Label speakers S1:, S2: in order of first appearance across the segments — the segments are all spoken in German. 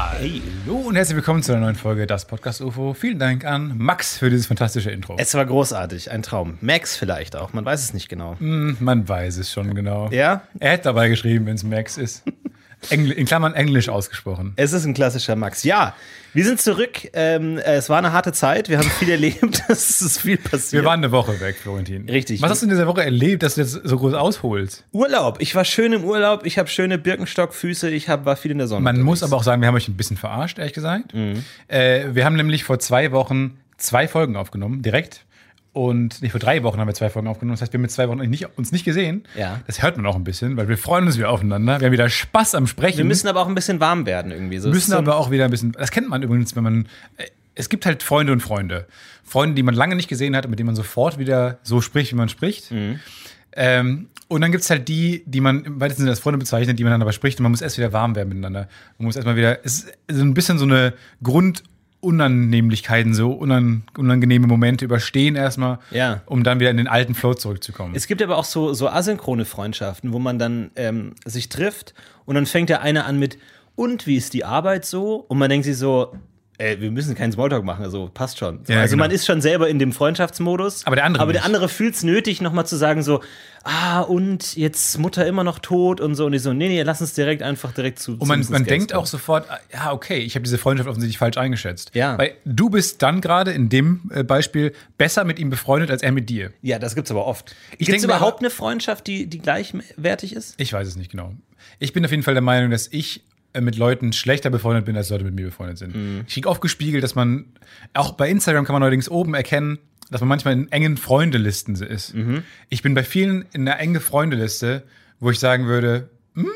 S1: Hallo und herzlich willkommen zu einer neuen Folge Das Podcast UFO. Vielen Dank an Max für dieses fantastische Intro.
S2: Es war großartig, ein Traum. Max vielleicht auch, man weiß es nicht genau.
S1: Hm, Man weiß es schon genau.
S2: Ja?
S1: Er hätte dabei geschrieben, wenn es Max ist. Engl in Klammern Englisch ausgesprochen.
S2: Es ist ein klassischer Max. Ja, wir sind zurück. Ähm, äh, es war eine harte Zeit, wir haben viel erlebt, es ist viel
S1: Wir
S2: passiert.
S1: waren eine Woche weg, Florentin.
S2: Richtig.
S1: Was hast du in dieser Woche erlebt, dass du jetzt so groß ausholst?
S2: Urlaub, ich war schön im Urlaub, ich habe schöne Birkenstockfüße, ich hab, war viel in der Sonne. Mhm.
S1: Man muss aber auch sagen, wir haben euch ein bisschen verarscht, ehrlich gesagt. Äh, wir haben nämlich vor zwei Wochen zwei Folgen aufgenommen, direkt. Und nicht vor drei Wochen haben wir zwei Folgen aufgenommen. Das heißt, wir haben mit zwei Wochen nicht, uns nicht gesehen.
S2: Ja.
S1: Das hört man auch ein bisschen, weil wir freuen uns wieder aufeinander. Wir haben wieder Spaß am Sprechen.
S2: wir müssen aber auch ein bisschen warm werden irgendwie. So, Also es ist
S1: müssen
S2: so ein-
S1: aber auch wieder ein bisschen. Das kennt man übrigens, wenn man. äh, Es gibt halt Freunde und Freunde. Freunde, die man lange nicht gesehen hat, mit denen man sofort wieder so spricht, wie man spricht.
S2: Mhm.
S1: Ähm, und dann gibt es halt die, die man im weitesten Sinne als Freunde bezeichnet, die man dann aber spricht und man muss erst wieder warm werden miteinander. Man muss erstmal wieder. Es ist so ein bisschen so eine Grundunannehmlichkeiten, so unan, unangenehme Momente überstehen erstmal,
S2: Ja.
S1: um dann wieder in den alten Flow zurückzukommen.
S2: Es gibt aber auch so, so asynchrone Freundschaften, wo man dann ähm, sich trifft und dann fängt der eine an mit, und wie ist die Arbeit so? Und man denkt sich so, ey, wir müssen keinen Smalltalk machen, also passt schon. So,
S1: Ja,
S2: also
S1: genau.
S2: man ist schon selber in dem Freundschaftsmodus.
S1: Aber der andere
S2: Aber der
S1: nicht.
S2: andere fühlt es nötig, nochmal zu sagen so, ah, und jetzt Mutter immer noch tot und so. Und ich so, nee, nee, lass uns direkt einfach direkt zu.
S1: Und man, man denkt auch sofort, ah, ja, okay, ich habe diese Freundschaft offensichtlich falsch eingeschätzt.
S2: Ja.
S1: Weil du bist dann gerade in dem äh, Beispiel besser mit ihm befreundet als er mit dir.
S2: Ja, das gibt's aber oft.
S1: Ich
S2: Gibt's
S1: denke mir aber-
S2: überhaupt eine Freundschaft, die, die gleichwertig ist?
S1: Ich weiß es nicht genau. Ich bin auf jeden Fall der Meinung, dass ich äh, mit Leuten schlechter befreundet bin, als Leute mit mir befreundet sind.
S2: Mhm.
S1: Ich kriege oft gespiegelt, dass man, auch bei Instagram kann man allerdings oben erkennen, dass man manchmal in engen Freundelisten ist.
S2: Mhm.
S1: Ich bin bei vielen in einer engen Freundeliste, wo ich sagen würde, hm,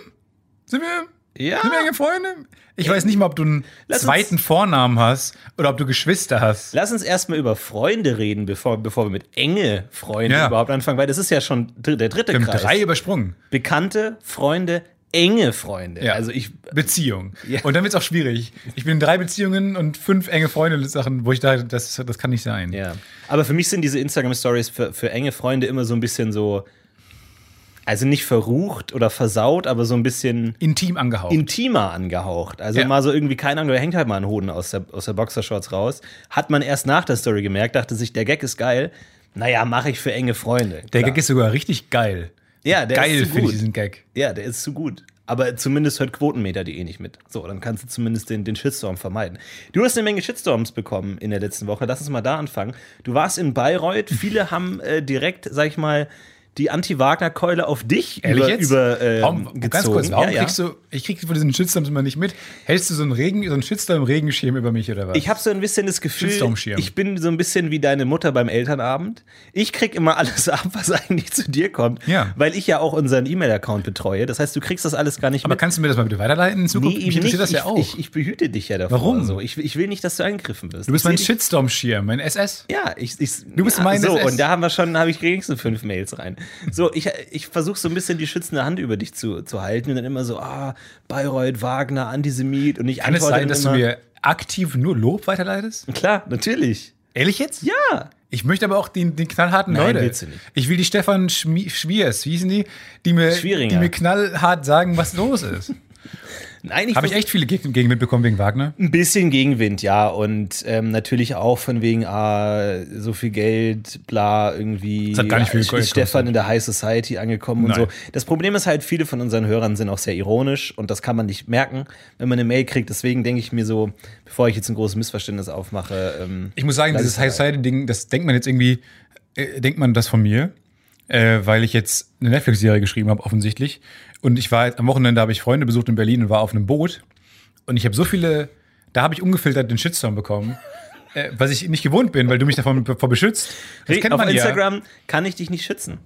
S1: sind wir
S2: Ja.
S1: Eine Menge Freunde. Ich weiß nicht mal, ob du einen
S2: Lass uns-
S1: zweiten Vornamen hast oder ob du Geschwister hast.
S2: Lass uns erstmal über Freunde reden, bevor, bevor wir mit enge Freunde
S1: Ja.
S2: überhaupt anfangen, weil das ist ja schon dr der dritte
S1: Wir haben
S2: Kreis.
S1: drei übersprungen.
S2: Bekannte, Freunde, enge Freunde.
S1: Ja.
S2: Also ich.
S1: Beziehung.
S2: Ja.
S1: Und dann wird es auch schwierig. Ich bin in drei Beziehungen und fünf enge Freunde-Sachen, wo ich dachte, das, das kann nicht sein.
S2: Ja. Aber für mich sind diese Instagram-Stories für, für enge Freunde immer so ein bisschen so. Also nicht verrucht oder versaut, aber so ein bisschen
S1: Intim angehaucht.
S2: intimer angehaucht. Also
S1: Ja.
S2: mal so irgendwie, keine Ahnung, da hängt halt mal ein Hoden aus der, aus der Boxershorts raus. Hat man erst nach der Story gemerkt, dachte sich, der Gag ist geil. Naja, mache ich für enge Freunde.
S1: der
S2: Klar.
S1: Gag ist sogar richtig geil.
S2: Ja, der
S1: geil
S2: ist zu
S1: finde ich
S2: gut.
S1: diesen Gag.
S2: Ja, der ist zu gut. Aber zumindest hört Quotenmeter.de nicht mit. So, dann kannst du zumindest den, den Shitstorm vermeiden. Du hast eine Menge Shitstorms bekommen in der letzten Woche. Lass uns mal da anfangen. Du warst in Bayreuth. Viele haben äh, direkt, sag ich mal, die Anti-Wagner-Keule auf dich
S1: Ehrlich
S2: über,
S1: jetzt?
S2: über ähm,
S1: warum,
S2: gezogen.
S1: ganz kurz, warum
S2: ja, ja.
S1: kriegst du, ich krieg von diesen Shitstorms immer nicht mit. Hältst du so einen, Regen, so einen Shitstorm im Regenschirm über mich oder was?
S2: Ich habe so ein bisschen das Gefühl,
S1: Shitstorm-Schirm.
S2: ich bin so ein bisschen wie deine Mutter beim Elternabend. Ich krieg immer alles ab, was eigentlich zu dir kommt,
S1: Ja.
S2: weil ich ja auch unseren E-Mail-Account betreue. Das heißt, du kriegst das alles gar nicht
S1: Aber
S2: mit.
S1: kannst du mir das mal bitte weiterleiten in Zukunft?
S2: Nee,
S1: Mich
S2: eben nicht.
S1: interessiert das ja auch.
S2: ich, Ich, ich behüte dich ja davor.
S1: Warum?
S2: So. Ich, ich will nicht, dass du angegriffen wirst.
S1: du bist mein
S2: Shit.
S1: Shitstorm-Schirm, mein SS.
S2: Ja, ich, ich,
S1: Du bist
S2: ja,
S1: mein
S2: So,
S1: SS.
S2: und da haben wir schon, habe ich wenigstens fünf Mails rein. So, ich, ich versuche so ein bisschen die schützende Hand über dich zu, zu halten und dann immer so, ah, Bayreuth, Wagner, Antisemit und ich
S1: Kann es
S2: antworte
S1: sein,
S2: dann
S1: dass
S2: immer,
S1: du mir aktiv nur Lob weiterleitest?
S2: Klar, natürlich.
S1: Ehrlich jetzt?
S2: Ja.
S1: Ich möchte aber auch den, den knallharten
S2: Nein,
S1: Leute.
S2: willst du nicht.
S1: Ich will die Stefan Schmi Schwiers, wie hießen die? Die mir,
S2: Schwieringer.
S1: die mir knallhart sagen, was los ist.
S2: Nein, ich
S1: Habe ich echt viele Gegner gegen mitbekommen wegen Wagner?
S2: Ein bisschen Gegenwind, ja. Und ähm, natürlich auch von wegen, ah, so viel Geld, bla, irgendwie.
S1: Das hat gar nicht viel
S2: ist
S1: gekostet.
S2: Stefan in der High Society angekommen
S1: Nein.
S2: und so. Das Problem ist halt, viele von unseren Hörern sind auch sehr ironisch und das kann man nicht merken, wenn man eine Mail kriegt. Deswegen denke ich mir so, bevor ich jetzt ein großes Missverständnis aufmache. Ähm,
S1: Ich muss sagen,
S2: Lass
S1: dieses
S2: es mal.
S1: High Society Ding, das denkt man jetzt irgendwie, äh, denkt man das von mir, äh, weil ich jetzt eine Netflix-Serie geschrieben habe, offensichtlich. Und ich war jetzt, am Wochenende habe ich Freunde besucht in Berlin und war auf einem Boot. Und ich habe so viele, da habe ich ungefiltert den Shitstorm bekommen, äh, was ich nicht gewohnt bin, weil du mich davon vor beschützt. Das kennt
S2: auf
S1: man ja.
S2: Instagram kann ich dich nicht schützen.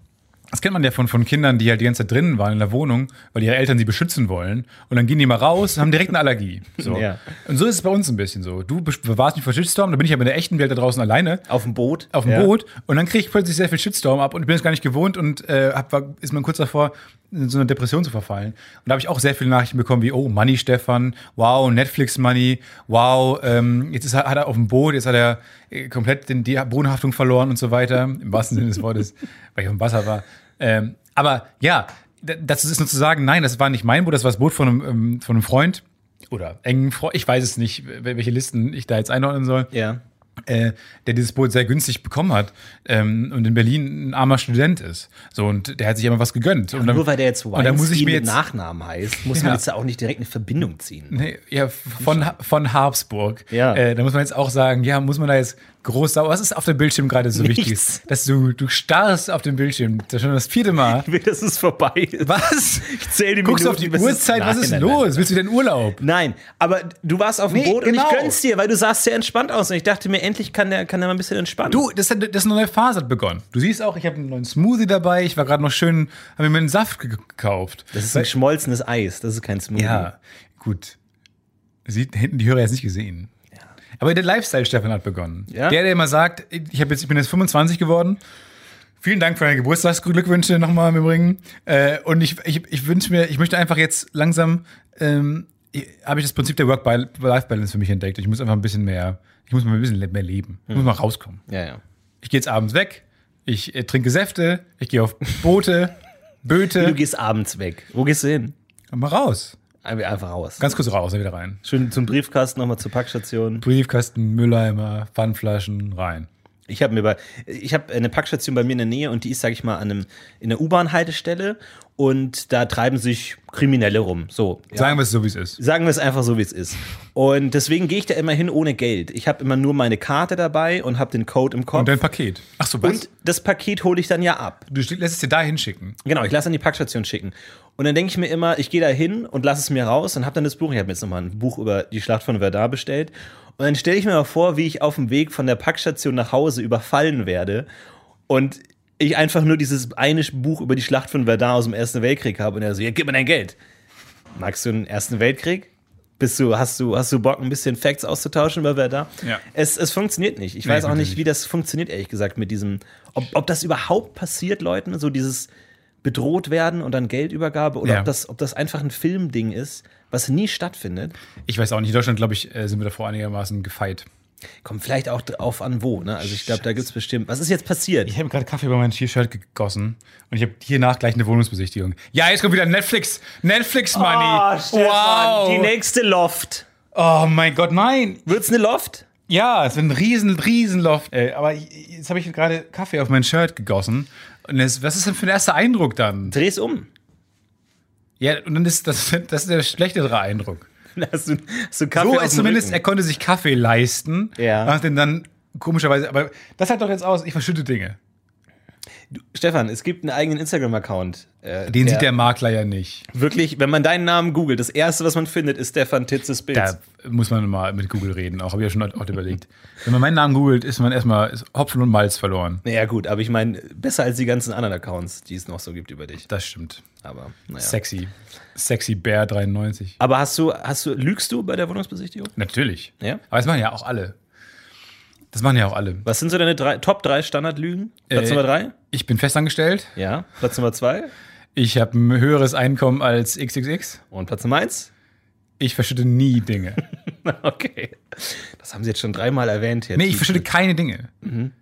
S1: Das kennt man ja von, von Kindern, die halt die ganze Zeit drinnen waren in der Wohnung, weil ihre Eltern sie beschützen wollen. Und dann gehen die mal raus und haben direkt eine Allergie. So.
S2: Ja.
S1: Und so ist es bei uns ein bisschen so. Du besch- bewahrst mich vor Shitstorm, dann bin ich aber in der echten Welt da draußen alleine
S2: Auf dem Boot.
S1: auf dem
S2: ja.
S1: Boot und dann kriege ich plötzlich sehr viel Shitstorm ab und ich bin es gar nicht gewohnt und äh, hab, war, ist man kurz davor, in so eine Depression zu verfallen. Und da habe ich auch sehr viele Nachrichten bekommen wie, oh, Money Stefan, wow, Netflix Money, wow, ähm, jetzt ist, er- hat er auf dem Boot, jetzt hat er äh, komplett den, die Bodenhaftung verloren und so weiter, im wahrsten Sinne des Wortes, weil ich auf dem Wasser war. Ähm, aber ja, d- dazu ist nur zu sagen, nein, das war nicht mein Boot, das war das Boot von einem, ähm, von einem Freund. oder engen Freund, ich weiß es nicht, welche Listen ich da jetzt einordnen soll,
S2: Ja.
S1: äh, der dieses Boot sehr günstig bekommen hat ähm, und in Berlin ein armer Student ist. So, und der hat sich immer was gegönnt. und dann,
S2: Nur weil der jetzt
S1: und dann muss ich
S2: Weinstein
S1: mir
S2: mit
S1: jetzt,
S2: Nachnamen heißt, muss man
S1: Ja.
S2: jetzt da auch nicht direkt eine Verbindung ziehen.
S1: Nee, ja, von, von Habsburg.
S2: Ja.
S1: Äh, da muss man jetzt auch sagen, ja, muss man da jetzt groß sauer. Was ist auf dem Bildschirm gerade so wichtig
S2: Nichts.
S1: ist? Dass du, du starrst auf dem Bildschirm. Das ist schon das vierte Mal.
S2: Ich will, dass es vorbei ist.
S1: Was?
S2: Ich zähl die
S1: Guckst du auf
S2: Minuten,
S1: die
S2: bis es-
S1: Uhrzeit, was
S2: Nein,
S1: ist
S2: nein,
S1: los? Willst du denn Urlaub?
S2: Nein, aber du warst auf dem
S1: Nee,
S2: Boot
S1: genau.
S2: und ich gönn's dir, weil du sahst sehr entspannt aus. Und ich dachte mir, endlich kann der, kann der mal ein bisschen entspannen.
S1: Du, das, hat, das ist eine neue Phase hat begonnen. Du siehst auch, ich habe einen neuen Smoothie dabei. Ich war gerade noch schön, habe mir einen Saft ge- gekauft.
S2: das ist ein geschmolzenes Eis, das ist kein Smoothie.
S1: ja, gut. Sieht hinten die Hörer jetzt nicht gesehen. Aber der Lifestyle Stefan hat begonnen.
S2: Ja?
S1: Der, der immer sagt, ich, hab jetzt, ich bin jetzt 25 geworden. Vielen Dank für deine Geburtstagsglückwünsche nochmal im Übrigen. Äh, und ich, ich, ich wünsche mir, ich möchte einfach jetzt langsam, ähm, habe ich das Prinzip der Work-Life-Balance für mich entdeckt. Ich muss einfach ein bisschen mehr, ich muss mal ein bisschen mehr leben. Ich
S2: Hm.
S1: muss mal rauskommen.
S2: Ja, ja.
S1: Ich gehe jetzt abends weg, ich äh, trinke Säfte, ich gehe auf Boote, Böte.
S2: Du gehst abends weg. Wo gehst du hin?
S1: Mal raus.
S2: Einfach raus.
S1: Ganz kurz raus, dann wieder rein.
S2: Schön zum Briefkasten, nochmal zur Packstation.
S1: Briefkasten, Mülleimer, Pfannflaschen, rein.
S2: Ich habe mir bei, ich habe eine Packstation bei mir in der Nähe und die ist, sage ich mal, an einem, in der U-Bahn-Haltestelle und da treiben sich Kriminelle rum. So.
S1: Sagen wir es so, wie es ist.
S2: Sagen wir es einfach so, wie es ist. Und deswegen gehe ich da immer hin ohne Geld. Ich habe immer nur meine Karte dabei und habe den Code im Kopf.
S1: Und dein Paket. Ach so, was?
S2: Und das Paket hole ich dann ja ab.
S1: du steht- lässt es dir da hinschicken.
S2: Genau, ich lasse an die Packstation schicken. Und dann denke ich mir immer, ich gehe da hin und lasse es mir raus und habe dann das Buch. Ich habe mir jetzt nochmal ein Buch über die Schlacht von Verdun bestellt. Und dann stelle ich mir mal vor, wie ich auf dem Weg von der Packstation nach Hause überfallen werde und ich einfach nur dieses eine Buch über die Schlacht von Verdun aus dem Ersten Weltkrieg habe und er so, ja, gib mir dein Geld. Magst du den Ersten Weltkrieg? Bist du, hast, du, hast du Bock, ein bisschen Facts auszutauschen über Verdun?
S1: Ja.
S2: Es, es funktioniert nicht. Ich weiß auch
S1: funktioniert
S2: nicht, wie das funktioniert, ehrlich gesagt, mit diesem, ob, ob das überhaupt passiert, Leuten, so dieses bedroht werden und dann Geldübergabe oder
S1: Ja.
S2: ob, das, ob das einfach ein Filmding ist, was nie stattfindet.
S1: Ich weiß auch nicht. In Deutschland, glaube ich, äh, sind wir davor einigermaßen gefeit.
S2: Kommt vielleicht auch drauf an, wo. Ne? Also ich glaube, da gibt es bestimmt. Was ist jetzt passiert?
S1: Ich habe gerade Kaffee über mein T-Shirt gegossen und ich habe hiernach gleich eine Wohnungsbesichtigung. Ja, jetzt kommt wieder Netflix. Netflix Money.
S2: Ah, Die
S1: wow.
S2: nächste Loft.
S1: Oh mein Gott, nein.
S2: Wird's eine Loft?
S1: Ja, es wird ein riesen, riesen Loft. Äh, aber jetzt habe ich gerade Kaffee auf mein Shirt gegossen. Und es, was ist denn für ein erster Eindruck dann?
S2: Dreh's um.
S1: Ja, und dann ist das, das ist der schlechtere Eindruck.
S2: Dann Hast du, hast du Kaffee
S1: So
S2: auf
S1: ist
S2: dem
S1: zumindest, er
S2: Rücken.
S1: konnte sich Kaffee leisten.
S2: Ja.
S1: Was denn dann komischerweise, aber das hat doch jetzt aus, ich verschütte Dinge.
S2: Stefan, es gibt einen eigenen Instagram-Account. äh,
S1: Den sieht der Makler ja nicht.
S2: Wirklich, wenn man deinen Namen googelt, das erste, was man findet, ist Stefan Titzes Bild.
S1: Da muss man mal mit Google reden, auch habe ich ja schon oft überlegt. Wenn man meinen Namen googelt, ist man erstmal ist Hopfen und Malz verloren.
S2: Naja, gut, aber ich meine, besser als die ganzen anderen Accounts, die es noch so gibt über dich.
S1: Das stimmt.
S2: Aber, naja.
S1: Sexy. Sexy Bear 93.
S2: Aber hast du, hast du, lügst du bei der Wohnungsbesichtigung?
S1: Natürlich.
S2: Ja.
S1: Aber das machen ja auch alle. Das machen ja auch alle.
S2: Was sind so deine drei, Top 3 Standardlügen? Platz
S1: Äh,
S2: Nummer 3?
S1: Ich bin festangestellt.
S2: Ja. Platz Nummer 2?
S1: Ich habe ein höheres Einkommen als XXX.
S2: Und Platz Nummer 1?
S1: Ich verschütte nie Dinge.
S2: Okay. Das haben sie jetzt schon dreimal erwähnt hier.
S1: Nee, ich verschütte keine Dinge.
S2: Mhm.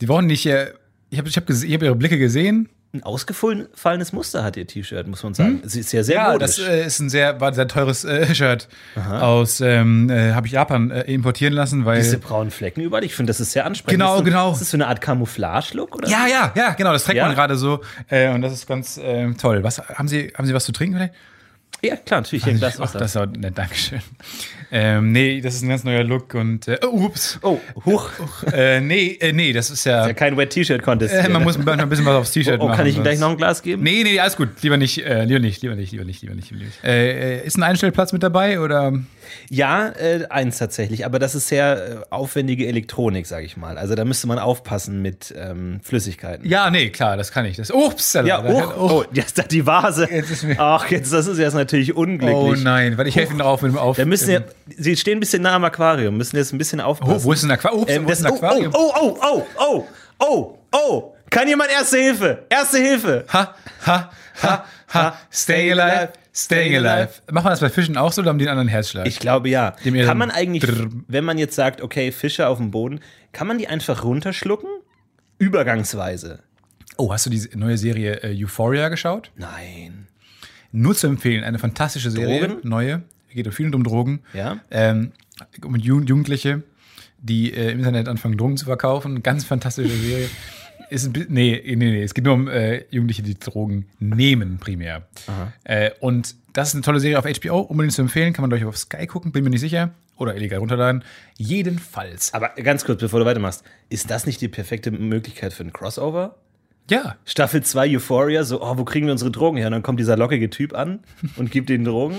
S1: Die brauchen nicht. Äh, ich habe ich hab gese- ich hab ihre Blicke gesehen.
S2: Ein ausgefallenes Muster hat ihr T-Shirt, muss man sagen. Sie ist ja sehr
S1: Hm? Ja,
S2: modisch.
S1: das äh, ist ein sehr, war ein sehr teures äh, Shirt aus, ähm, äh, habe ich Japan äh, importieren lassen, weil.
S2: Diese braunen Flecken überall, ich finde, das ist sehr ansprechend.
S1: Genau,
S2: ist so,
S1: genau.
S2: Ist das so eine Art Camouflage-Look? oder?
S1: ja, ja, ja, genau, das trägt
S2: Ja.
S1: man gerade so äh, und das ist ganz äh, toll. Was haben Sie, haben Sie was zu trinken vielleicht?
S2: ja, klar, natürlich. hier ein Glas
S1: Ach,
S2: Wasser.
S1: das war nett, Dankeschön. Ähm, nee, das ist ein ganz neuer Look und äh, oh, ups.
S2: Oh, huch.
S1: Äh, nee, äh, nee, das ist ja.
S2: Ja, kein Wet-T-Shirt-Contest.
S1: äh,
S2: hier,
S1: man
S2: ne?
S1: muss manchmal ein bisschen was aufs T-Shirt
S2: Oh,
S1: machen.
S2: kann ich ihm gleich
S1: sonst-
S2: noch ein Glas geben?
S1: Nee, nee, alles gut. Lieber nicht, äh, lieber nicht, lieber nicht, lieber nicht, lieber nicht, lieber nicht. Äh, äh, ist ein Einstellplatz mit dabei oder?
S2: Ja, äh, eins tatsächlich, aber das ist sehr äh, aufwendige Elektronik, sag ich mal. Also da müsste man aufpassen mit ähm, Flüssigkeiten.
S1: Ja, nee, klar, das kann ich. Das Obst.
S2: Ja, oh, oh, jetzt da die Vase.
S1: Jetzt ist mir-
S2: Ach, jetzt, das ist jetzt natürlich unglücklich.
S1: oh nein, warte, ich helfe Ihnen drauf mit dem Auf.
S2: Da müssen ja,
S1: ähm,
S2: sie stehen ein bisschen nah am Aquarium, müssen jetzt ein bisschen aufpassen.
S1: oh, wo ist ein Aquarium?
S2: Ähm,
S1: wo ist
S2: das,
S1: ein
S2: oh, oh,
S1: Aquarium?
S2: oh, oh, oh, oh, oh. Kann jemand Erste Hilfe? Erste Hilfe.
S1: Ha, ha, ha, ha. Staying alive, staying alive. Macht man das bei Fischen auch so oder haben die einen anderen Herzschlag?
S2: Ich glaube ja.
S1: Dem ihren
S2: Kann man eigentlich,
S1: Drrr.
S2: wenn man jetzt sagt, okay, Fische auf dem Boden, kann man die einfach runterschlucken? Übergangsweise.
S1: oh, hast du die neue Serie äh, Euphoria geschaut?
S2: Nein.
S1: Nur zu empfehlen, eine fantastische Serie.
S2: Drogen?
S1: Neue. geht um viel und um Drogen.
S2: Ja.
S1: Ähm, um Ju- Jugendliche, die äh, im Internet anfangen, Drogen zu verkaufen. Ganz fantastische Serie. Ist ein bi- nee, nee, nee, es geht nur um äh, Jugendliche, die Drogen nehmen, primär. Äh, und das ist eine tolle Serie auf HBO, unbedingt zu empfehlen. Kann man euch auf Sky gucken, bin mir nicht sicher. Oder illegal runterladen. Jedenfalls.
S2: Aber ganz kurz, bevor du weitermachst, ist das nicht die perfekte Möglichkeit für ein Crossover?
S1: Ja,
S2: Staffel 2 Euphoria, so, oh, wo kriegen wir unsere Drogen her? Und dann kommt dieser lockige Typ an und gibt den Drogen.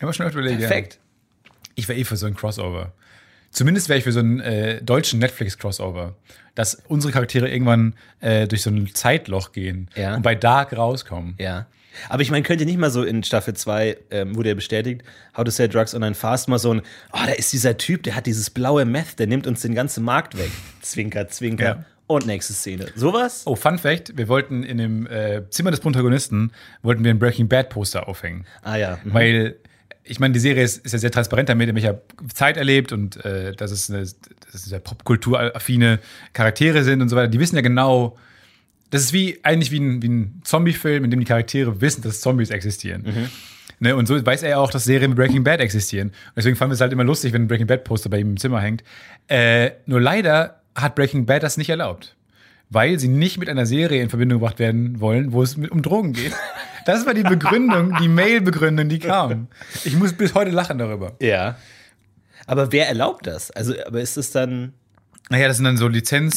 S1: haben wir schon öfter überlegt. Ja.
S2: Perfekt.
S1: Ich wäre eh für so ein Crossover. Zumindest wäre ich für so einen äh, deutschen Netflix-Crossover, dass unsere Charaktere irgendwann äh, durch so ein Zeitloch gehen
S2: Ja.
S1: und bei Dark rauskommen.
S2: Ja. Aber ich meine, könnt ihr nicht mal so in Staffel 2, ähm, wurde ja bestätigt, How to Sell Drugs Online Fast, mal so ein, oh, da ist dieser Typ, der hat dieses blaue Meth, der nimmt uns den ganzen Markt weg. Zwinker, zwinker.
S1: Ja.
S2: Und nächste Szene. Sowas?
S1: Oh, Fun Fact: Wir wollten in dem äh, Zimmer des Protagonisten wollten wir ein Breaking Bad Poster aufhängen,
S2: Ah ja. Mhm.
S1: weil ich meine, die Serie ist, ist ja sehr transparent damit, in welcher Zeit erlebt und äh, dass es, eine, dass es sehr popkulturaffine Charaktere sind und so weiter. Die wissen ja genau, das ist wie eigentlich wie ein, wie ein Zombie-Film, in dem die Charaktere wissen, dass Zombies existieren. Ne, und so weiß er ja auch, dass Serien wie Breaking Bad existieren. Und deswegen fanden wir es halt immer lustig, wenn ein Breaking Bad-Poster bei ihm im Zimmer hängt. Äh, nur leider hat Breaking Bad das nicht erlaubt. Weil sie nicht mit einer Serie in Verbindung gebracht werden wollen, wo es mit- um Drogen geht. Das war die Begründung, die Mail-Begründung, die kam. Ich muss bis heute lachen darüber.
S2: Ja. Aber wer erlaubt das? Also, aber ist es dann.
S1: Naja, das sind dann so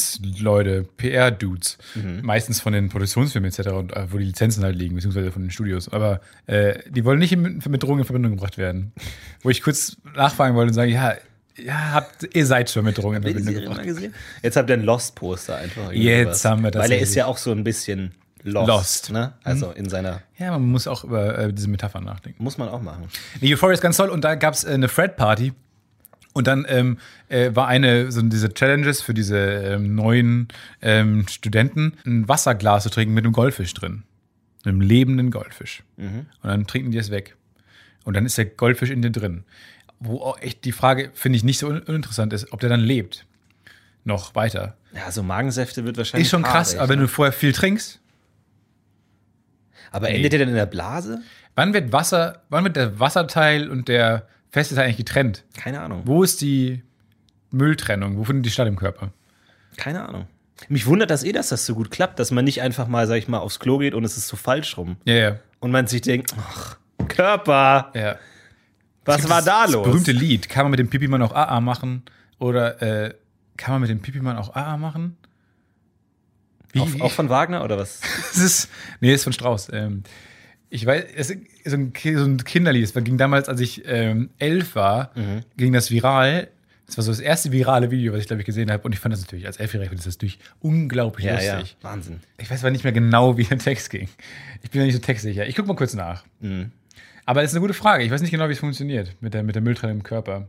S1: Lizenzleute, PR-Dudes.
S2: Mhm.
S1: Meistens von den Produktionsfirmen etc., und, äh, wo die Lizenzen halt liegen, beziehungsweise von den Studios. Aber äh, die wollen nicht in, mit Drogen in Verbindung gebracht werden. Wo ich kurz nachfragen wollte und sagen, ja, ja habt, ihr seid schon mit Drogen in
S2: Habt ihr die
S1: Verbindung
S2: Serie mal
S1: gebracht.
S2: gesehen? Jetzt habt ihr ein Lost-Poster einfach. irgendwie
S1: Jetzt haben wir das
S2: Weil er ist
S1: endlich.
S2: ja auch so ein bisschen lost.
S1: Lost. Mhm.
S2: Ne? Also in seiner.
S1: Ja, man muss auch über äh, diese Metaphern nachdenken.
S2: Muss man auch machen.
S1: Nee, Euphoria ist ganz toll und da gab es äh, eine Fred-Party. Und dann ähm, äh, war eine, so diese Challenges für diese ähm, neuen ähm, Studenten, ein Wasserglas zu trinken mit einem Goldfisch drin. Einem lebenden Goldfisch. Und dann trinken die es weg. Und dann ist der Goldfisch in dir drin. Wo auch echt die Frage, finde ich, nicht so un uninteressant ist, ob der dann lebt. Noch weiter.
S2: Ja, so Magensäfte wird wahrscheinlich.
S1: Ist schon krass,
S2: haarig,
S1: aber wenn
S2: ne?
S1: du vorher viel trinkst,
S2: aber endet der denn in der Blase?
S1: wann wird Wasser, wann wird der Wasserteil und der feste Teil eigentlich getrennt?
S2: Keine Ahnung.
S1: Wo ist die Mülltrennung? Wo findet die statt im Körper?
S2: Keine Ahnung. Mich wundert das eh, dass das so gut klappt, dass man nicht einfach mal, sag ich mal, aufs Klo geht und es ist so falsch rum.
S1: Ja, ja.
S2: Und man sich denkt, ach, Körper,
S1: ja.
S2: was war
S1: Das-
S2: da
S1: das
S2: los?
S1: berühmte Lied. Kann man mit dem Pipi-Mann auch AA machen? Oder äh, kann man mit dem Pipi-Mann auch AA machen? Wie?
S2: Auch, auch von Wagner oder was?
S1: das ist, nee, ist von Strauß. Ähm, ich weiß, es ist so ein, Ki- so ein Kinderlied. Es ging damals, als ich ähm, elf war, ging das viral. Das war so das erste virale Video, was ich, glaube ich, gesehen habe. Und ich fand das natürlich, als Elfjähriger, fand ich das natürlich unglaublich lustig.
S2: Wahnsinn.
S1: Ich weiß aber nicht mehr genau, wie der Text ging. Ich bin ja nicht so textsicher. Ich guck mal kurz nach. Aber das ist eine gute Frage. Ich weiß nicht genau, wie es funktioniert mit der, mit der Mülltrennung im Körper.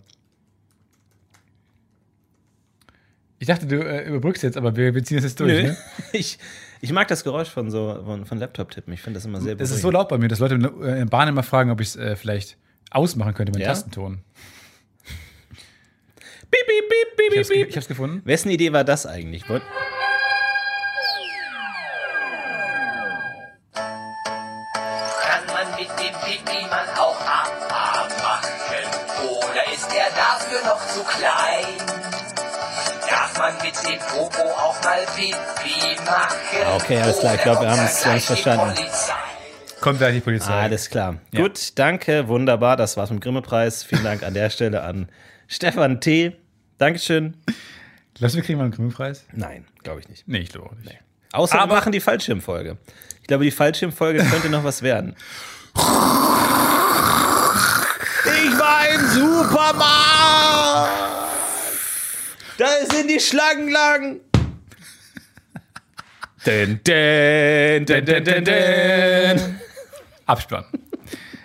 S1: Ich dachte, du äh, überbrückst jetzt, aber wir, wir ziehen das jetzt durch.
S2: Nö.
S1: Ne?
S2: Ich, ich mag das Geräusch von so von, von Laptop-Tippen. Ich finde das immer sehr
S1: Es ist so
S2: beruhigend.
S1: laut bei mir, dass Leute in der äh, Bahn immer fragen, ob ich es äh, vielleicht ausmachen könnte, meinen
S2: Ja?
S1: Tastenton.
S2: Piep, piep, piep, piep,
S1: Ich hab's, ge
S2: piep,
S1: ich hab's gefunden.
S2: Wessen Idee war das eigentlich? Wollt-
S3: Kann man mit dem Pipi-Mann auch AA machen? Oder ist er dafür noch zu klein? Darf man mit dem Popo auch mal Pipi machen?
S2: Okay, alles klar, ich glaub, wir
S3: Oder
S2: haben
S3: kommt
S2: es-
S3: da
S2: wir haben es
S3: gleich die
S2: verstanden.
S3: Polizei?
S1: Kommt gleich die Polizei.
S2: Alles klar. Gut, danke, wunderbar. Das war's mit Grimme-Preis. Vielen Dank an der Stelle an Stefan T. Dankeschön.
S1: Glaubst du, wir kriegen mal einen Grimme-Preis?
S2: Nein, glaube ich nicht.
S1: Nee, ich glaube auch nicht.
S2: Außer
S1: Aber-
S2: wir machen die Fallschirmfolge. Ich glaube, die Fallschirmfolge könnte noch was werden. Ich war im Supermarkt! Da sind die Schlangen lang! Dün, dün, dün, dün, dün, dün.
S1: Abspann.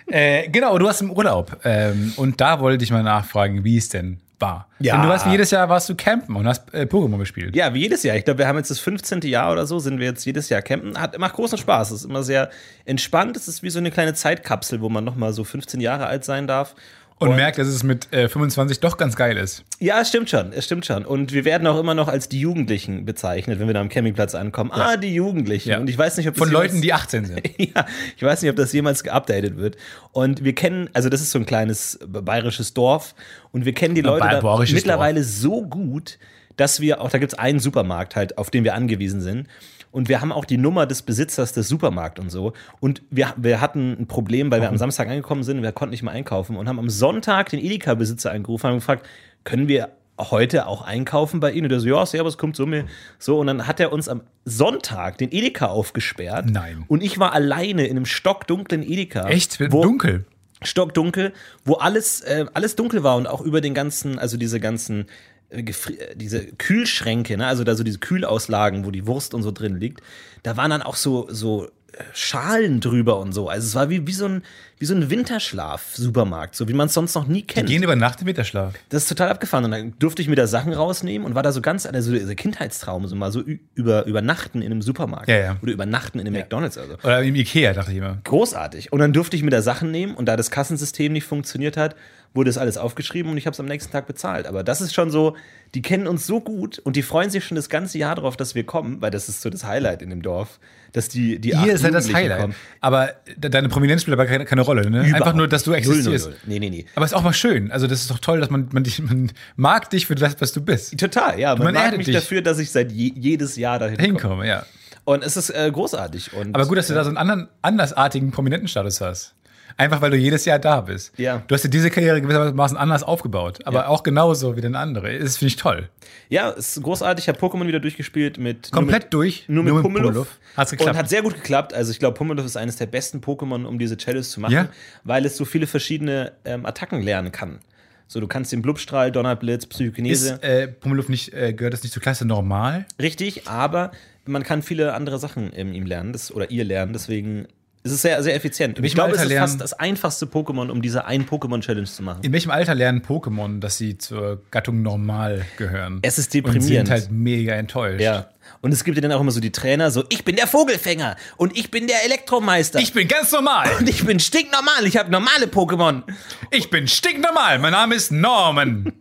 S1: äh, genau, du warst im Urlaub. Ähm, und da wollte ich mal nachfragen, wie es denn war.
S2: Ja.
S1: Denn du warst jedes Jahr warst du campen und hast äh, Pokémon gespielt.
S2: Ja, wie jedes Jahr. Ich glaube, wir haben jetzt das 15. Jahr oder so, sind wir jetzt jedes Jahr campen. Hat, macht großen Spaß. Es ist immer sehr entspannt. Es ist wie so eine kleine Zeitkapsel, wo man nochmal so 15 Jahre alt sein darf
S1: und, merkt, dass es mit äh, 25 doch ganz geil ist.
S2: Ja, es stimmt schon, es stimmt schon. Und wir werden auch immer noch als die Jugendlichen bezeichnet, wenn wir da am Campingplatz ankommen. Ah, die Jugendlichen.
S1: Ja.
S2: Und ich weiß nicht, ob das
S1: Von
S2: jemals-
S1: Leuten, die 18 sind.
S2: ja, ich weiß nicht, ob das jemals geupdatet wird. Und wir kennen, also das ist so ein kleines bayerisches Dorf und wir kennen die Leute da
S1: bayerisches
S2: mittlerweile so gut, dass wir auch, da gibt es einen Supermarkt halt, auf den wir angewiesen sind. Und wir haben auch die Nummer des Besitzers des Supermarkts und so. Und wir, wir hatten ein Problem, weil wir
S1: Mhm.
S2: am Samstag angekommen sind, wir konnten nicht mehr einkaufen und haben am Sonntag den Edeka-Besitzer angerufen und gefragt, können wir heute auch einkaufen bei Ihnen? Und er so, ja, servus, kommt zu mir. So, und dann hat er uns am Sonntag den Edeka aufgesperrt.
S1: Nein.
S2: Und ich war alleine in einem stockdunklen Edeka.
S1: Echt? Wird
S2: Wo,
S1: Dunkel.
S2: Stockdunkel, wo alles, äh, alles dunkel war und auch über den ganzen, also diese ganzen, äh, gefri- äh, diese Kühlschränke, ne? also da so diese Kühlauslagen, wo die Wurst und so drin liegt, da waren dann auch so, so äh, Schalen drüber und so. Also es war wie, wie so ein, wie so ein Winterschlaf-Supermarkt, so wie man es sonst noch nie kennt.
S1: Gehen über Nacht im Winterschlaf.
S2: Das ist total abgefahren. Und dann durfte ich mir da Sachen rausnehmen und war da so ganz, also dieser Kindheitstraum, so mal so ü- über, übernachten in einem Supermarkt.
S1: Ja, ja.
S2: Oder übernachten in einem McDonalds. Also.
S1: Oder im Ikea, dachte ich immer.
S2: Großartig. Und dann durfte ich mir da Sachen nehmen und da das Kassensystem nicht funktioniert hat, wurde das alles aufgeschrieben und ich habe es am nächsten Tag bezahlt. Aber das ist schon so, die kennen uns so gut und die freuen sich schon das ganze Jahr darauf, dass wir kommen, weil das ist so das Highlight in dem Dorf, dass die die acht
S1: Ihr seid halt das
S2: Jugendlichen
S1: Highlight.
S2: kommen.
S1: Aber de- deine Prominenz spielt dabei keine, keine Rolle, ne? Einfach nur, dass du
S2: Null, null,
S1: existierst.
S2: null. Nee, nee, nee.
S1: Aber ist auch mal schön. Also, das ist doch toll, dass man, man dich, man mag dich für das, was du bist.
S2: Total, ja. Man,
S1: Man
S2: mag
S1: ehrt
S2: mich
S1: dich.
S2: dafür, dass ich seit je, jedes Jahr dahin komme.
S1: Hinkomme, ja.
S2: Und es ist äh, großartig. Und äh,
S1: Aber gut, dass du da so einen anderen, andersartigen Prominentenstatus hast. Einfach weil du jedes Jahr da bist.
S2: Ja.
S1: Du hast dir diese Karriere gewissermaßen anders aufgebaut, aber auch genauso wie deine andere. Das finde ich toll.
S2: Ja, ist großartig. Ich habe Pokémon wieder durchgespielt mit.
S1: Komplett
S2: nur
S1: durch.
S2: mit, Nur mit Pummeluff.
S1: Hat's geklappt.
S2: Und hat sehr gut geklappt. Also, ich glaube, Pummeluff ist eines der besten Pokémon, um diese Challenge zu machen,
S1: Ja.
S2: weil es so viele verschiedene ähm, Attacken lernen kann. So, du kannst den Blubstrahl, Donnerblitz, Psychokinese.
S1: ist äh, Pummeluff nicht, äh, gehört das nicht zur Klasse normal?
S2: richtig, aber man kann viele andere Sachen in ihm lernen das, oder ihr lernen. Deswegen ist es sehr, sehr effizient. Und ich
S1: welchem
S2: glaube, es
S1: Alter
S2: ist fast
S1: lernen-
S2: das einfachste Pokémon, um diese Ein-Pokémon-Challenge zu machen.
S1: In welchem Alter lernen Pokémon, dass sie zur Gattung normal gehören?
S2: Es ist
S1: Und
S2: deprimierend.
S1: sind halt mega enttäuscht.
S2: Ja. Und es gibt ja dann auch immer so die Trainer, so, ich bin der Vogelfänger und ich bin der Elektromeister.
S1: Ich bin ganz normal.
S2: Und ich bin stinknormal, ich habe normale Pokémon.
S1: Ich bin stinknormal. Mein Name ist Norman.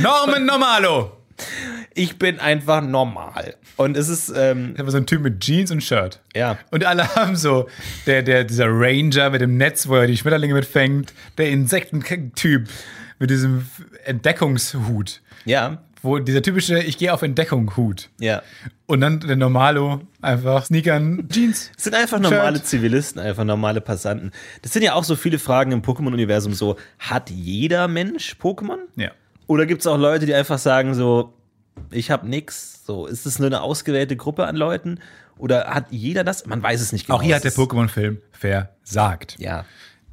S1: Norman Normalo.
S2: Ich bin einfach normal. Und es ist, ähm,
S1: Da war so ein Typ mit Jeans und Shirt.
S2: Ja.
S1: Und alle haben so, der, der, dieser Ranger mit dem Netz, wo er die Schmetterlinge mitfängt, der Insektentyp mit diesem Entdeckungshut,
S2: ja,
S1: wo dieser typische Ich gehe auf Entdeckung Hut.
S2: ja.
S1: Und dann der Normalo, einfach Sneakern, Jeans.
S2: Es sind einfach normale
S1: Shirt.
S2: Zivilisten, einfach normale Passanten. Das sind ja auch so viele Fragen im Pokémon-Universum so, hat jeder Mensch Pokémon?
S1: Ja.
S2: Oder gibt es auch Leute, die einfach sagen so, ich habe nix. So, ist es nur eine ausgewählte Gruppe an Leuten? Oder hat jeder das? Man weiß es nicht genau.
S1: Auch hier hat der
S2: Es ist-
S1: Pokémon-Film versagt.
S2: Ja.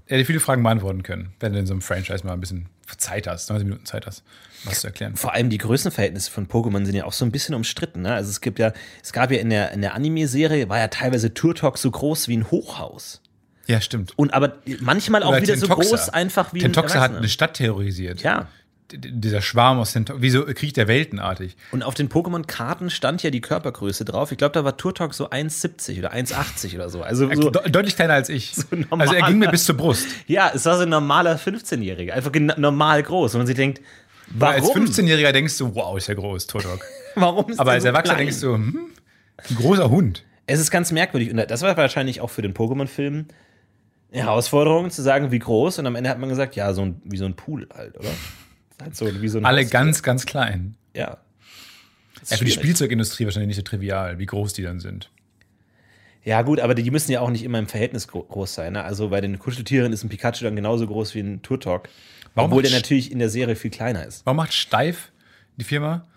S1: Er hätte viele Fragen beantworten können, wenn du in so einem Franchise mal ein bisschen Zeit hast, 90 Minuten Zeit hast, was zu erklären.
S2: vor allem die Größenverhältnisse von Pokémon sind ja auch so ein bisschen umstritten. Ne? Also es gibt ja, es gab ja in der, in der Anime-Serie, war ja teilweise Turtok so groß wie ein Hochhaus.
S1: Ja, stimmt.
S2: Und aber manchmal auch
S1: Oder
S2: wieder
S1: Tentoxa.
S2: so groß einfach wie
S1: Tentoxa
S2: ein
S1: hat
S2: Erwachsener.
S1: eine Stadt terrorisiert.
S2: Ja.
S1: D- d- Dieser Schwarm aus Tentoxa, wie so Krieg der Weltenartig.
S2: Und auf den Pokémon-Karten stand ja die Körpergröße drauf. Ich glaube, da war Turtok so 1,70 oder 1,80 oder so. Also so,
S1: De deutlich kleiner als ich.
S2: normal.
S1: also er ging mir bis zur Brust.
S2: ja, es war so ein normaler 15-Jähriger. Einfach gena- normal groß. Und man sich denkt, warum?
S1: Als 15-Jähriger denkst du, wow, ist ja groß, Turtok.
S2: warum ist
S1: Aber
S2: der
S1: als
S2: so
S1: Erwachsener
S2: klein?
S1: denkst du, hm, ein großer Hund.
S2: Es ist ganz merkwürdig und das war wahrscheinlich auch für den Pokémon-Film eine Herausforderung zu sagen, wie groß und am Ende hat man gesagt, ja, so ein, wie so ein Pool halt, oder? Halt so, wie so ein
S1: Alle
S2: Haus.
S1: ganz, ganz klein.
S2: Ja. Das
S1: Ja,
S2: ist
S1: für die
S2: schwierig.
S1: Spielzeugindustrie wahrscheinlich nicht so trivial, wie groß die dann sind.
S2: ja, gut, aber die müssen ja auch nicht immer im Verhältnis gro groß sein. Ne? Also bei den Kuscheltieren ist ein Pikachu dann genauso groß wie ein Turtok.
S1: Warum
S2: obwohl der
S1: macht-
S2: natürlich in der Serie viel kleiner ist.
S1: Warum macht Steif die Firma?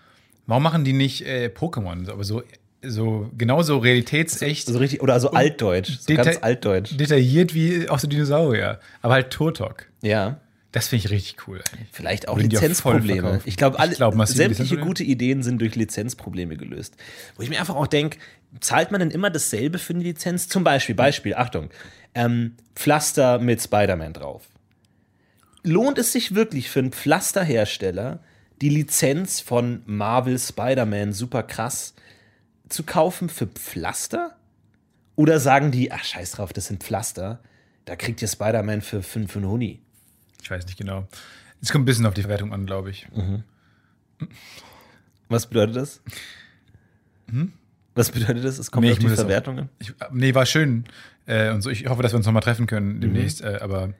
S1: Warum machen die nicht äh, Pokémon? Aber so, so genauso realitätsecht,
S2: Also richtig, oder also altdeutsch. So
S1: deta-
S2: ganz altdeutsch.
S1: detailliert wie auch so Dinosaurier. Aber halt Turtok.
S2: Ja.
S1: Das finde ich richtig cool. eigentlich.
S2: Vielleicht auch
S1: Würden die ja voll
S2: Lizenzprobleme.
S1: verkaufen.
S2: Ich glaube, alle
S1: Ich glaub, massive
S2: sämtliche
S1: Lizenzprobleme.
S2: gute Ideen sind durch Lizenzprobleme gelöst. Wo ich mir einfach auch denke, zahlt man denn immer dasselbe für eine Lizenz? Zum Beispiel, Beispiel, Achtung, ähm, Pflaster mit Spider-Man drauf. Lohnt es sich wirklich für einen Pflasterhersteller, die Lizenz von Marvel Spider-Man super krass zu kaufen für Pflaster? Oder sagen die, ach scheiß drauf, das sind Pflaster, da kriegt ihr Spider-Man für 5 und Huni.
S1: Ich weiß nicht genau. Es kommt ein bisschen auf die Verwertung an, glaube ich.
S2: Was bedeutet das? Was bedeutet das? Es kommt
S1: Hm? Nee,
S2: auf
S1: ich muss
S2: die
S1: das auch-
S2: Verwertungen?
S1: ich nee, war schön. Äh, und so, ich hoffe, dass wir uns nochmal treffen können demnächst. Äh, aber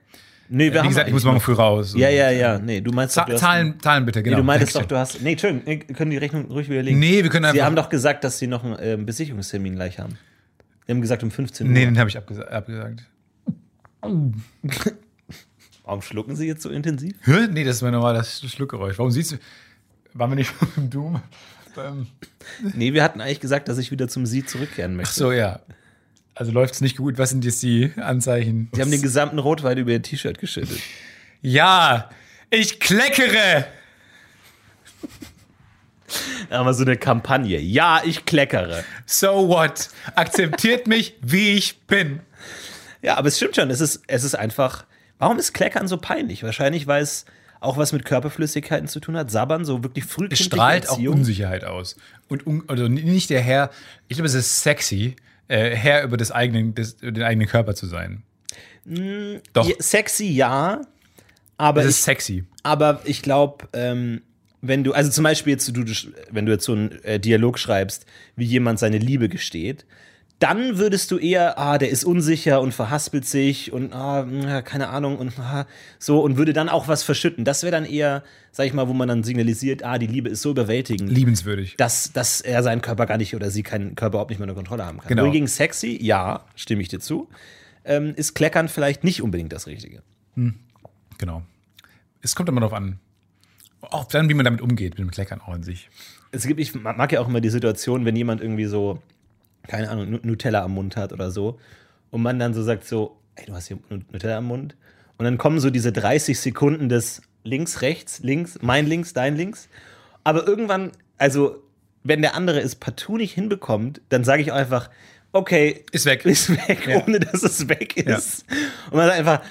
S2: Nee, Mhm. wir
S1: wie
S2: haben
S1: gesagt, ich muss morgen
S2: eigentlich
S1: früh raus.
S2: noch- Ja, ja, ja. Nee, du meinst doch,
S1: Z
S2: du hast-
S1: Zahlen, Zahlen bitte,
S2: Nee,
S1: genau.
S2: du meintest doch,
S1: Dankeschön.
S2: du hast. Nee, Entschuldigung, nee, können die Rechnung ruhig widerlegen.
S1: Nee, wir können
S2: Sie
S1: einfach-
S2: haben doch gesagt, dass sie noch einen ähm, Besichtigungstermin gleich haben. Sie haben gesagt um 15 Uhr.
S1: Nee, den habe ich abgesa abgesagt.
S2: Warum schlucken sie jetzt so intensiv?
S1: Hä? Nee, das ist mein normales Schluckgeräusch. Warum siehst du. Waren wir nicht schon im Doom? Ähm,
S2: Nee, wir hatten eigentlich gesagt, dass ich wieder zum Sie zurückkehren möchte.
S1: Ach so, ja. Also läuft es nicht gut. Was sind jetzt die Anzeichen?
S2: Sie haben den gesamten Rotwein über ihr T-Shirt geschüttet.
S1: ja, ich kleckere.
S2: Aber so eine Kampagne. Ja, ich kleckere.
S1: So what? Akzeptiert mich, wie ich bin.
S2: Ja, aber es stimmt schon. Es ist, es ist einfach. Warum ist Kleckern so peinlich? Wahrscheinlich, weil es auch was mit Körperflüssigkeiten zu tun hat. Sabbern, so wirklich frühkindliche
S1: strahlt auch
S2: Erziehung.
S1: Unsicherheit aus. Und un also nicht der Herr, ich glaube, es ist sexy, äh, Herr über das eigenen, des, über den eigenen Körper zu sein. Doch,
S2: Ja, Sexy, ja. Mm, Aber
S1: es
S2: ich
S1: ist sexy.
S2: Aber ich glaube, ähm, wenn du, also zum Beispiel jetzt, du, du sch- wenn du jetzt so einen äh, Dialog schreibst, wie jemand seine Liebe gesteht, dann würdest du eher, ah, der ist unsicher und verhaspelt sich und ah, mh, ja, keine Ahnung und ah, so und würde dann auch was verschütten. Das wäre dann eher, sag ich mal, wo man dann signalisiert, ah, die Liebe ist so überwältigend,
S1: Liebenswürdig.
S2: dass, dass er seinen Körper gar nicht oder sie keinen Körper überhaupt nicht mehr unter Kontrolle haben kann.
S1: Genau.
S2: Wohingegen sexy, ja, stimme ich dir zu, ähm, ist Kleckern vielleicht nicht unbedingt das Richtige.
S1: Genau. Es kommt immer darauf an. Auch dann, wie man damit umgeht, mit dem Kleckern auch an sich.
S2: es gibt, ich mag ja auch immer die Situation, wenn jemand irgendwie so, keine Ahnung, Nu- Nutella am Mund hat oder so, und man dann so sagt so, ey, du hast hier Nu- Nutella am Mund. Und dann kommen so diese 30 Sekunden des links, rechts, links, mein links, dein links. Aber irgendwann, also, wenn der andere es partout nicht hinbekommt, dann sage ich auch einfach, okay,
S1: Ist weg.
S2: Ist weg,
S1: Ja.
S2: ohne dass es weg ist. Und man sagt einfach,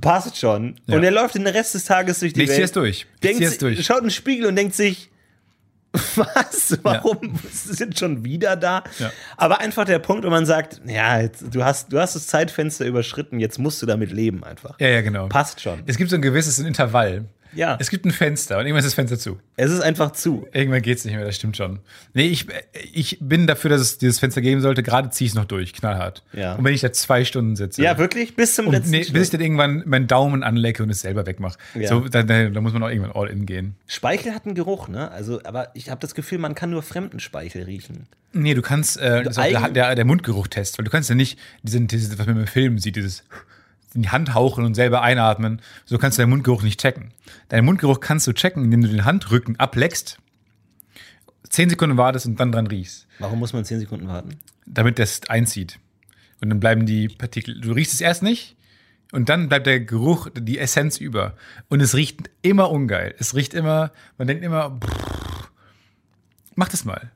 S2: passt schon. Und er läuft den Rest des Tages durch die
S1: Ich
S2: Welt.
S1: ziehe es durch. Ich
S2: Denkt,
S1: ziehe es
S2: sich-
S1: durch.
S2: Schaut in den Spiegel und denkt sich, was? Warum sind schon wieder da?
S1: Ja.
S2: Aber einfach der Punkt, wo man sagt, ja, jetzt, du, hast, du hast das Zeitfenster überschritten, jetzt musst du damit leben einfach.
S1: Ja, ja, genau.
S2: Passt schon.
S1: Es gibt so ein gewisses Intervall.
S2: Ja.
S1: Es gibt ein Fenster und irgendwann ist das Fenster zu.
S2: Es ist einfach zu.
S1: Irgendwann geht's nicht mehr, das stimmt schon. Nee, ich, äh, ich bin dafür, dass es dieses Fenster geben sollte. Gerade ziehe ich es noch durch, knallhart.
S2: Ja.
S1: Und wenn ich da zwei Stunden sitze.
S2: Ja, wirklich, bis zum
S1: Und
S2: letzten
S1: nee, bis ich
S2: Schluck.
S1: dann irgendwann meinen Daumen anlecke und es selber wegmache.
S2: Ja.
S1: So, da, da, da muss man auch irgendwann all in gehen.
S2: Speichel hat einen Geruch, ne? Also, aber ich habe das Gefühl, man kann nur fremden Speichel riechen.
S1: Nee, du kannst, äh, das ist auch der,
S2: eigen-
S1: der, der Mundgeruch-Test, weil du kannst ja nicht, diesen, dieses, was man im Film sieht, dieses in die Hand hauchen und selber einatmen, so kannst du deinen Mundgeruch nicht checken. Deinen Mundgeruch kannst du checken, indem du den Handrücken ableckst, zehn Sekunden wartest und dann dran riechst.
S2: Warum muss man 10 Sekunden warten?
S1: damit das einzieht. Und dann bleiben die Partikel. Du riechst es erst nicht und dann bleibt der Geruch, die Essenz über. Und es riecht immer ungeil. Es riecht immer, man denkt immer, pff, mach das mal.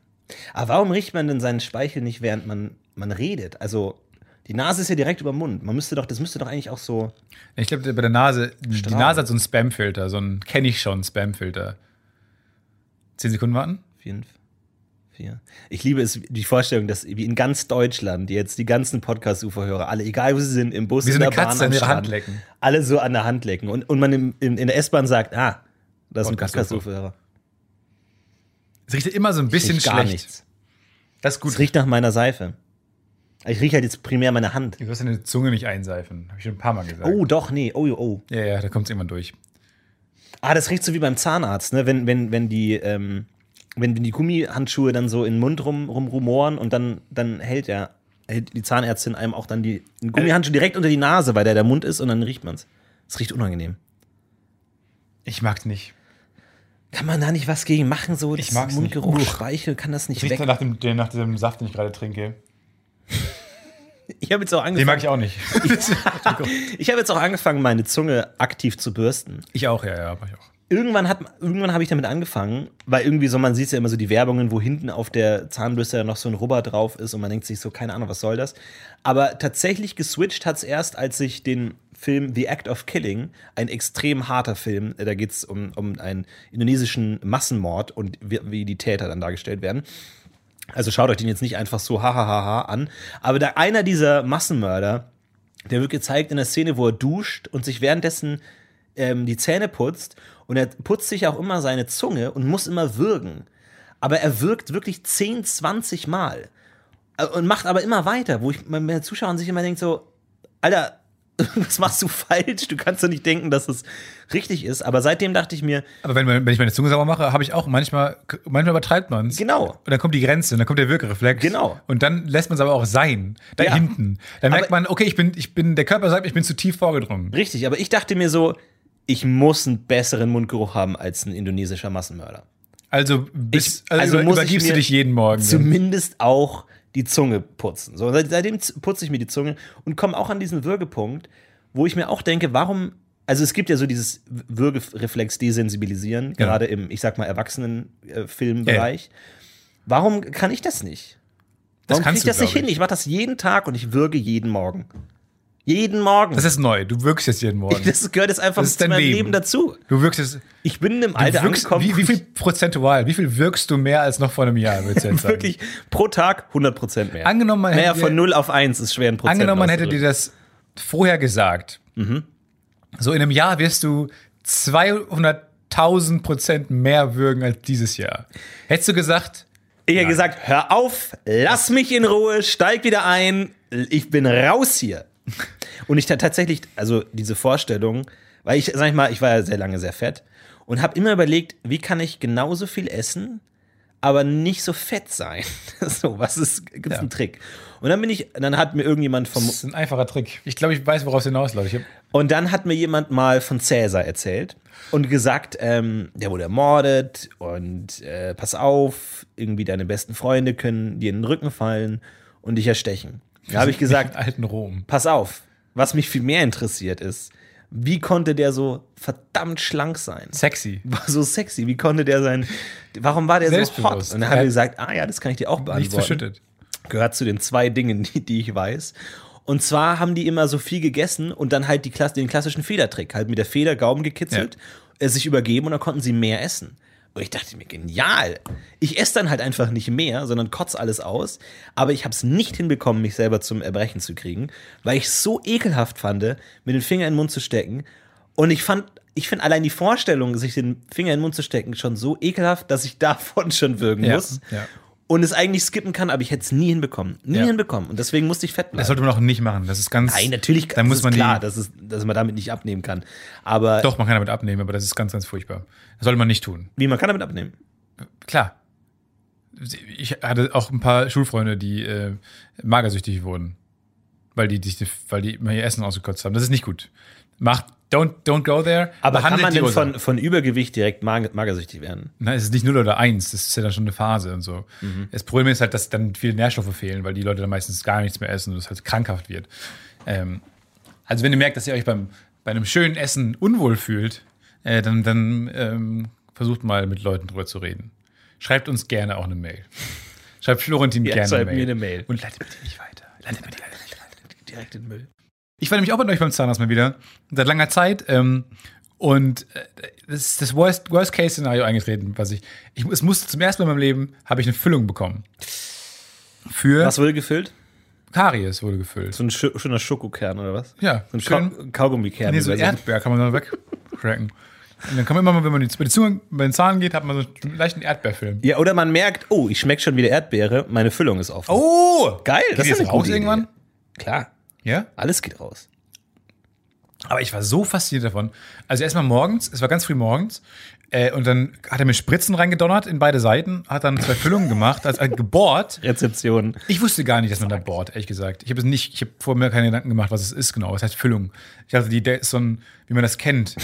S2: Aber warum riecht man denn seinen Speichel nicht, während man, man redet? Also, die Nase ist ja direkt über dem Mund. Man müsste doch, das müsste doch eigentlich auch so.
S1: Ich glaube, bei der Nase, die
S2: Strahl.
S1: Nase hat so einen Spamfilter, so einen kenne ich schon Spamfilter. Zehn Sekunden warten?
S2: Fünf. Vier. Ich liebe es, die Vorstellung, dass wie in ganz Deutschland jetzt die ganzen Podcast-UFO-Hörer, alle, egal wo sie sind, im Bus,
S1: Wie so
S2: in der
S1: eine Katze
S2: Bahn, am
S1: an ihrer
S2: Strand,
S1: Hand lecken.
S2: Alle so an der Hand lecken. Und, und man im, in, in der S-Bahn sagt, ah, das ist ein
S1: Podcast-UFO.
S2: Podcast-UFO-Hörer.
S1: Es riecht immer so ein bisschen
S2: Riecht gar
S1: schlecht.
S2: nichts.
S1: Das ist gut.
S2: Es riecht nach meiner Seife. Ich rieche halt jetzt primär meine Hand.
S1: Du wirst deine Zunge nicht einseifen. Habe ich schon ein paar Mal gesagt.
S2: Oh, doch, nee, oh, oh.
S1: Ja, ja, da kommt es irgendwann durch.
S2: Ah, das riecht so wie beim Zahnarzt, ne? Wenn, wenn, wenn die, ähm, wenn die Gummihandschuhe dann so in den Mund rum, rumrumoren und dann, dann hält er, hält die Zahnärztin einem auch dann die einen Gummihandschuh direkt unter die Nase, weil der der Mund ist und dann riecht man's. Es riecht unangenehm.
S1: Ich mag's nicht.
S2: Kann man da nicht was gegen machen? So
S1: Ich
S2: das
S1: mag's nicht.
S2: Mundgeruch,
S1: Uch.
S2: Speichel, kann das nicht
S1: Riecht
S2: weg.
S1: nach, dem, nach diesem Saft, den ich gerade trinke.
S2: Ich habe jetzt auch
S1: Den mag
S2: angefangen.
S1: ich auch nicht.
S2: Ich habe jetzt auch angefangen, meine Zunge aktiv zu bürsten.
S1: ich auch, ja, ja, mach ich auch.
S2: irgendwann hat irgendwann habe ich damit angefangen, weil irgendwie so man sieht ja immer so die Werbungen, wo hinten auf der Zahnbürste ja noch so ein Rubber drauf ist und man denkt sich so keine Ahnung, was soll das? Aber tatsächlich geswitcht hat's erst, als ich den Film The Act of Killing, ein extrem harter Film, da geht's um, um einen indonesischen Massenmord und wie, wie die Täter dann dargestellt werden. Also schaut euch den jetzt nicht einfach so hahaha an, aber da einer dieser Massenmörder der wird gezeigt in der Szene, wo er duscht und sich währenddessen ähm, die Zähne putzt und er putzt sich auch immer seine Zunge und muss immer würgen. Aber er wirkt wirklich 10, 20 Mal Äh, und macht aber immer weiter, wo ich bei den Zuschauern sich immer denkt so, Alter, was machst du falsch? Du kannst doch nicht denken, dass es richtig ist. Aber seitdem dachte ich mir,
S1: Aber wenn, man- wenn ich meine Zunge sauber mache, habe ich auch manchmal, manchmal übertreibt man es.
S2: Genau.
S1: Und dann kommt die Grenze, und dann kommt der Wirkreflex.
S2: Genau.
S1: Und dann lässt man es aber auch sein. Da
S2: Ja.
S1: hinten. Dann merkt
S2: Aber-
S1: man, okay, ich bin, ich bin, der Körper sagt, ich bin zu tief vorgedrungen.
S2: Richtig, aber ich dachte mir so, ich muss einen besseren Mundgeruch haben als ein indonesischer Massenmörder.
S1: Also, bis,
S2: Ich-
S1: also,
S2: also muss ich
S1: übergibst du
S2: mir
S1: dich jeden Morgen. dann.
S2: Zumindest auch die Zunge putzen. So, seit- seitdem z- putze ich mir die Zunge und komme auch an diesen Würgepunkt, wo ich mir auch denke, warum. Also es gibt ja so dieses Würgereflex desensibilisieren,
S1: Genau.
S2: gerade im, ich sag mal, Erwachsenen-Filmbereich. Warum kann ich das nicht?
S1: Das
S2: Warum krieg
S1: kannst
S2: ich
S1: du,
S2: das nicht
S1: glaub
S2: hin? Ich mache das jeden Tag und ich würge jeden Morgen. Jeden Morgen.
S1: Das ist neu. Du wirkst jetzt jeden Morgen.
S2: Ich- das gehört jetzt einfach
S1: Das ist
S2: zu
S1: dein
S2: meinem
S1: Leben.
S2: Leben, dazu.
S1: du wirkst jetzt.
S2: Ich bin im
S1: Du
S2: Alter
S1: wirkst,
S2: angekommen.
S1: wie, wie viel prozentual, wie viel wirkst du mehr als noch vor einem Jahr, würdest du jetzt sagen?
S2: wirklich pro Tag 100% mehr.
S1: Angenommen, man
S2: naja,
S1: hätte
S2: von
S1: dir-
S2: 0 auf 1 ist schwer ein Prozent. Mhm.
S1: Angenommen, man hätte dir
S2: auszudrücken.
S1: das vorher gesagt. So in einem Jahr wirst du 200.000 Prozent mehr würgen als dieses Jahr. Hättest du gesagt,
S2: Ich hätte gesagt, hör auf, lass mich in Ruhe, steig wieder ein, ich bin raus hier. Und ich ta- tatsächlich, also diese Vorstellung, weil ich, sag ich mal, ich war ja sehr lange sehr fett und habe immer überlegt, wie kann ich genauso viel essen, aber nicht so fett sein. so, was ist, gibt's einen Trick? Und dann bin ich, dann hat mir irgendjemand vom,
S1: das ist ein einfacher Trick. Ich glaube, ich weiß, worauf es hinausläuft. Ich hab,
S2: Und dann hat mir jemand mal von Cäsar erzählt und gesagt, ähm, der wurde ermordet und äh, pass auf, irgendwie deine besten Freunde können dir in den Rücken fallen und dich erstechen. Da habe ich
S1: im
S2: gesagt,
S1: alten Rom.
S2: pass auf, was mich viel mehr interessiert ist, wie konnte der so verdammt schlank sein?
S1: Sexy.
S2: War so sexy, wie konnte der sein, warum war der so hot?
S1: Selbstbewusst.
S2: Und dann hat er
S1: Ja.
S2: gesagt, ah ja, das kann ich dir auch beantworten
S1: Nichts verschüttet.
S2: gehört zu den zwei Dingen, die, die ich weiß. Und zwar haben die immer so viel gegessen und dann halt die Klasse, den klassischen Federtrick, halt mit der Feder Gaumen gekitzelt, äh, sich übergeben und dann konnten sie mehr essen. Und ich dachte mir, genial. Ich esse dann halt einfach nicht mehr, sondern kotze alles aus. Aber ich habe es nicht hinbekommen, mich selber zum Erbrechen zu kriegen, weil ich es so ekelhaft fand, mir den Finger in den Mund zu stecken. Und ich fand, ich finde allein die Vorstellung, sich den Finger in den Mund zu stecken, schon so ekelhaft, dass ich davon schon würgen
S1: Ja,
S2: muss
S1: ja.
S2: und es eigentlich skippen kann, aber ich hätte es nie hinbekommen. Nie
S1: Ja.
S2: hinbekommen. Und deswegen musste ich fett bleiben.
S1: Das sollte man auch nicht machen. Das ist ganz.
S2: Nein, natürlich
S1: Da muss
S2: ist
S1: man
S2: klar,
S1: die.
S2: dass, es, dass man damit nicht abnehmen kann. Aber
S1: Doch, man kann damit abnehmen, aber das ist ganz, ganz furchtbar. Das sollte man nicht tun.
S2: wie, man kann damit abnehmen.
S1: Klar. Ich hatte auch ein paar Schulfreunde, die äh, magersüchtig wurden, weil die, die, weil die immer ihr Essen ausgekotzt haben. Das ist nicht gut. Macht, don't, don't go there.
S2: Aber kann man
S1: die
S2: denn
S1: Ursache.
S2: von, von Übergewicht direkt mag magersüchtig werden?
S1: Nein, es ist nicht 0 oder 1, das ist ja dann schon eine Phase und so.
S2: Mhm.
S1: Das Problem ist halt, dass dann viele Nährstoffe fehlen, weil die Leute dann meistens gar nichts mehr essen und es halt krankhaft wird. Ähm, also wenn ihr merkt, dass ihr euch beim, bei einem schönen Essen unwohl fühlt, äh, dann, dann ähm, versucht mal mit Leuten drüber zu reden. Schreibt uns gerne auch eine Mail. Schreibt Florentin gerne
S2: schreibt
S1: eine Mail.
S2: mir eine Mail.
S1: Und leitet bitte nicht weiter. Leitet bitte leider nicht weiter.
S2: Direkt in den Müll.
S1: Ich war nämlich auch bei euch beim Zahnarzt mal wieder. Seit langer Zeit. Ähm, und äh, das ist das Worst- Worst-Case-Szenario eingetreten, was ich, ich. Es musste zum ersten Mal in meinem Leben, habe ich eine Füllung bekommen. Für
S2: Was wurde gefüllt?
S1: Karies wurde gefüllt.
S2: So ein schö- schöner Schokokern oder was?
S1: Ja,
S2: So ein
S1: schön.
S2: Ka Kaugummikern.
S1: Nee, so
S2: übersetzt.
S1: Erdbeer kann man dann wegcracken. Und dann kann man immer mal, wenn man die, bei, die Zunge, bei den Zahn geht, hat man so einen leichten Erdbeerfilm.
S2: ja, oder man merkt, oh, ich schmecke schon wieder Erdbeere, meine Füllung ist offen.
S1: Oh!
S2: geil.
S1: Geht das
S2: ist
S1: jetzt
S2: eine gute
S1: raus irgendwann?
S2: Idee. Klar,
S1: Ja?
S2: alles geht raus.
S1: Aber ich war so fasziniert davon. Also erstmal morgens, es war ganz früh morgens, äh, und dann hat er mir Spritzen reingedonnert in beide Seiten, hat dann zwei Füllungen gemacht, also hat gebohrt.
S2: Rezeption.
S1: Ich wusste gar nicht, dass man da bohrt, ehrlich gesagt. Ich habe es nicht, ich habe vor mir keine Gedanken gemacht, was es ist genau. Was heißt Füllung? Ich dachte, die, der ist so ein, wie man das kennt.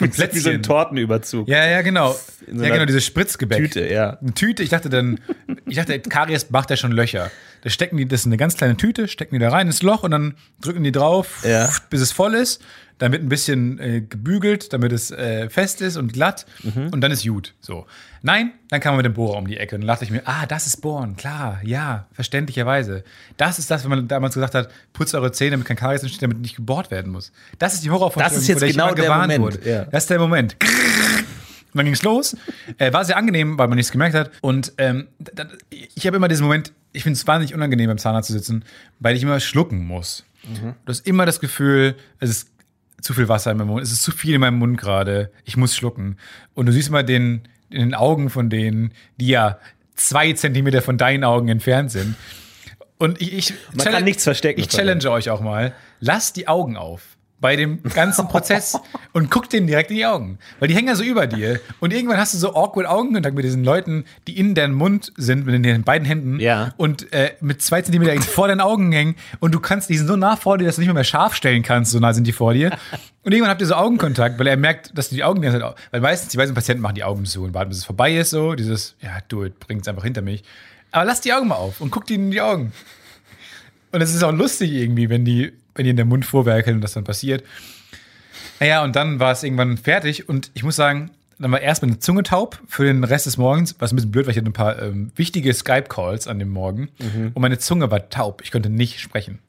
S1: Ein
S2: Wie so ein Tortenüberzug.
S1: Ja, ja, genau.
S2: In so
S1: ja,
S2: einer
S1: genau, dieses Spritzgebäck.
S2: Tüte, ja.
S1: Eine Tüte, ich dachte dann, ich dachte, Karies macht ja schon Löcher. Da stecken die, das ist eine ganz kleine Tüte, stecken die da rein ins Loch und dann drücken die drauf,
S2: Ja.
S1: bis es voll ist. Dann wird ein bisschen äh, gebügelt, damit es äh, fest ist und glatt.
S2: Mhm.
S1: Und dann ist gut. So. Nein, dann kam man mit dem Bohrer um die Ecke. Und dann dachte ich mir, ah, das ist Bohren. Klar, ja, verständlicherweise. Das ist das, wenn man damals gesagt hat, putzt eure Zähne, damit kein Karies entsteht, damit nicht gebohrt werden muss. Das ist die Horrorvorstellung,
S2: Das ist jetzt
S1: vor der ich
S2: genau
S1: immer
S2: der
S1: gewarnt
S2: Moment,
S1: wurde.
S2: ja.
S1: Das ist der Moment. Und dann ging es los. Äh, war sehr angenehm, weil man nichts gemerkt hat. Und ähm, da, da- ich habe immer diesen Moment, ich finde es wahnsinnig unangenehm,
S2: Mhm.
S1: beim Zahnarzt zu sitzen, weil ich immer schlucken muss. Du hast immer das Gefühl, es ist zu viel Wasser in meinem Mund, es ist zu viel in meinem Mund gerade, ich muss schlucken. Und du siehst immer den, in den Augen von denen, die ja zwei Zentimeter von deinen Augen entfernt sind. Und ich, ich
S2: Man kann nichts verstecken
S1: Ich
S2: von denen.
S1: challenge euch auch mal, lasst die Augen auf bei dem ganzen Prozess und guckt denen direkt in die Augen, weil die hängen ja so über dir und irgendwann hast du so awkward Augenkontakt mit diesen Leuten, die in deinem Mund sind mit den beiden Händen
S2: Ja.
S1: und äh, mit zwei Zentimeter vor deinen Augen hängen und du kannst, die sind so nah vor dir, dass du nicht mehr scharf stellen kannst, so nah sind die vor dir. Und irgendwann habt ihr so Augenkontakt, weil er merkt, dass du die Augen die ganze Zeit, au- weil meistens die meisten Patienten machen die Augen zu und warten, bis es vorbei ist, so dieses, ja, du bring's einfach hinter mich. Aber lass die Augen mal auf und guck ihnen in die Augen. Und es ist auch lustig irgendwie, wenn die, wenn die in den Mund vorwerkeln und das dann passiert. Naja, und dann war es irgendwann fertig und ich muss sagen, dann war erst meine Zunge taub für den Rest des Morgens, was ein bisschen blöd war, ich hatte ein paar ähm, wichtige Skype-Calls an dem Morgen und meine Zunge war taub, ich konnte nicht sprechen.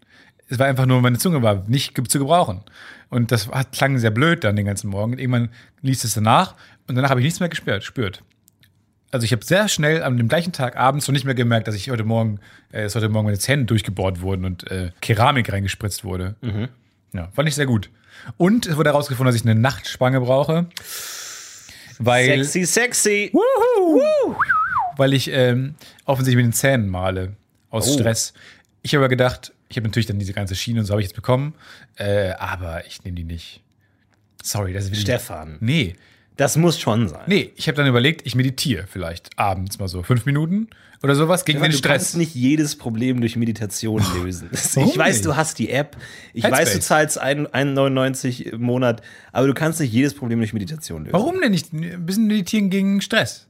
S1: Es war einfach nur, meine Zunge war nicht ge- zu gebrauchen. Und das hat, klang sehr blöd dann den ganzen Morgen. Und irgendwann ließ es danach und danach habe ich nichts mehr gespürt. Spürt. Also ich habe sehr schnell an dem gleichen Tag abends noch nicht mehr gemerkt, dass ich heute Morgen, äh, dass heute Morgen meine Zähne durchgebohrt wurden und äh, Keramik reingespritzt wurde.
S2: Mhm.
S1: Ja, fand ich sehr gut. Und es wurde herausgefunden, dass ich eine Nachtspange brauche. Weil,
S2: Sexy, sexy.
S1: weil ich ähm, offensichtlich mit den Zähnen male. Aus
S2: Oh.
S1: Stress. Ich habe aber gedacht, ich habe natürlich dann diese ganze Schiene und so habe ich jetzt bekommen. Äh, aber ich nehme die nicht. Sorry, das will ich nicht.
S2: Stefan.
S1: Nee.
S2: Das muss schon sein.
S1: Nee, ich habe dann überlegt, ich meditiere vielleicht abends mal so fünf Minuten oder sowas gegen
S2: Stefan,
S1: den
S2: du
S1: Stress.
S2: kannst nicht jedes Problem durch Meditation lösen.
S1: warum
S2: Ich weiß,
S1: nicht?
S2: du hast die App. Ich
S1: Headspace.
S2: weiß, du zahlst ein- 1,99 im Monat, aber du kannst nicht jedes Problem durch Meditation lösen.
S1: Warum denn nicht? Ein bisschen meditieren gegen Stress.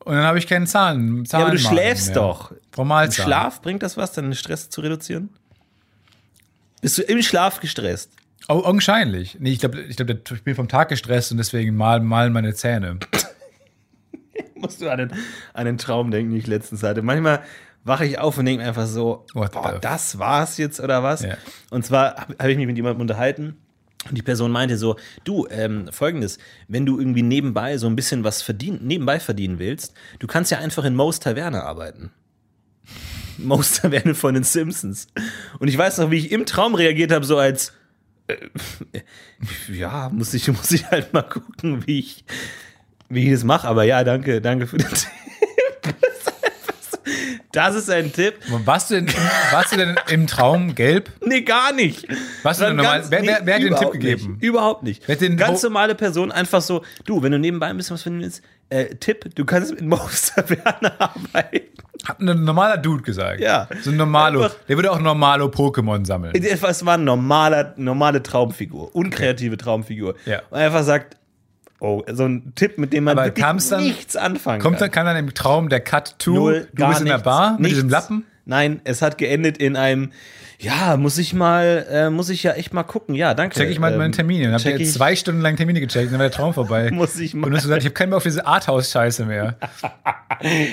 S1: Und dann habe ich keine Zahlen. Zahlen
S2: aber du schläfst doch.
S1: Formal
S2: Im Schlaf bringt das was, deinen Stress zu reduzieren? Bist du im Schlaf gestresst?
S1: Au- augenscheinlich. Nee, ich glaube, ich, glaub, der- ich bin vom Tag gestresst und deswegen malen malen meine Zähne.
S2: Musst du an einen, an einen Traum denken, den ich letztens hatte. Manchmal wache ich auf und denke mir einfach so,
S1: What
S2: boah,
S1: the-
S2: das war's jetzt oder was?
S1: Ja.
S2: Und zwar habe hab ich mich mit jemandem unterhalten und die Person meinte so, du, ähm, folgendes, wenn du irgendwie nebenbei so ein bisschen was verdienen, nebenbei verdienen willst, du kannst ja einfach in Moe's Taverne arbeiten. Moe's Taverne von den Simpsons. Und ich weiß noch, wie ich im Traum reagiert habe, so als, äh, ja, muss ich, muss ich halt mal gucken, wie ich, wie ich das mache. Aber ja, danke, danke für den Tipp. Das ist ein Tipp.
S1: Warst du, denn, warst du denn im Traum gelb?
S2: Nee, gar nicht.
S1: Was denn
S2: Dann
S1: normal-
S2: ganz-
S1: wer- wer- wer hat den Tipp
S2: überhaupt
S1: gegeben?
S2: Nicht, überhaupt nicht.
S1: Wer hat den-
S2: ganz
S1: wo-
S2: normale Person einfach so, du, wenn du nebenbei ein bisschen was finden willst, äh, Tipp, du kannst mit Moos Taverne arbeiten.
S1: Hat ein normaler Dude gesagt.
S2: Ja.
S1: So ein Normalo.
S2: Einfach-
S1: Der würde auch Normalo Pokémon sammeln.
S2: Es war eine normale, normale Traumfigur, unkreative Traumfigur.
S1: Ja.
S2: Und einfach sagt, oh, so ein Tipp, mit dem man
S1: Aber
S2: wirklich
S1: kam's dann-
S2: nichts anfangen
S1: Kommt
S2: kann.
S1: dann, kann dann im Traum der Cut to,
S2: Null,
S1: du
S2: gar
S1: bist in der
S2: nichts.
S1: Bar mit
S2: Nichts.
S1: diesem Lappen?
S2: Nein, es hat geendet in einem, ja, muss ich mal, äh, muss ich ja echt mal gucken. Ja, danke.
S1: Check ich mal
S2: Ähm,
S1: meine Termine. Dann habt ihr
S2: check
S1: jetzt
S2: ich-
S1: zwei Stunden lang Termine gecheckt, dann war der Traum vorbei.
S2: Muss ich
S1: Und
S2: mal.
S1: du hast gesagt, ich habe keinen Bock auf diese Arthouse-Scheiße mehr.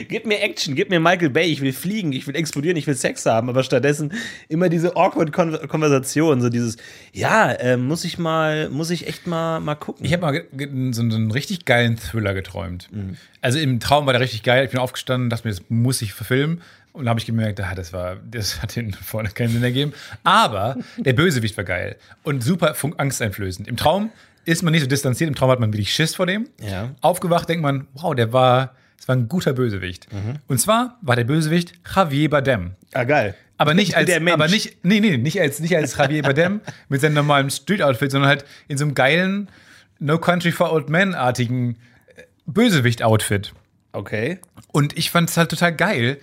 S2: Gib mir Action, gib mir Michael Bay, ich will fliegen, ich will explodieren, ich will Sex haben, aber stattdessen immer diese awkward Kon Konversation, so dieses, ja, äh, muss ich mal, muss ich echt mal, mal gucken.
S1: Ich habe mal ge- ge- so einen richtig geilen Thriller geträumt.
S2: Mhm.
S1: Also im Traum war der richtig geil. Ich bin aufgestanden, dachte mir, das muss ich verfilmen. Und dann habe ich gemerkt, ah, das, war, das hat hinten vorne keinen Sinn ergeben. Aber der Bösewicht war geil und super fun- angsteinflößend. Im Traum ist man nicht so distanziert, im Traum hat man wirklich Schiss vor dem.
S2: Ja.
S1: Aufgewacht denkt man, wow, der war, das war ein guter Bösewicht.
S2: Mhm.
S1: Und zwar war der Bösewicht Javier Bardem.
S2: ah, geil.
S1: Aber nicht als,
S2: Der Mensch.
S1: aber nicht, nee, nee, nicht als, nicht als Javier Bardem mit seinem normalen Street-Outfit, sondern halt in so einem geilen No Country for Old Men-artigen äh, Bösewicht-Outfit.
S2: Okay.
S1: Und ich fand es halt total geil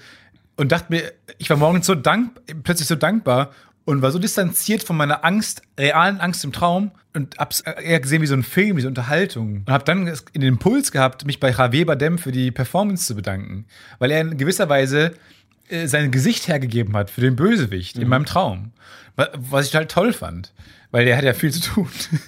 S1: und dachte mir, ich war morgens so dank, plötzlich so dankbar und war so distanziert von meiner Angst, realen Angst im Traum und hab's eher gesehen wie so ein Film, wie so Unterhaltung. Und hab dann es- den Impuls gehabt, mich bei Javier Bardem für die Performance zu bedanken, weil er in gewisser Weise äh, sein Gesicht hergegeben hat für den Bösewicht in meinem Traum. Wa- Was ich halt toll fand, weil der hat ja viel zu tun.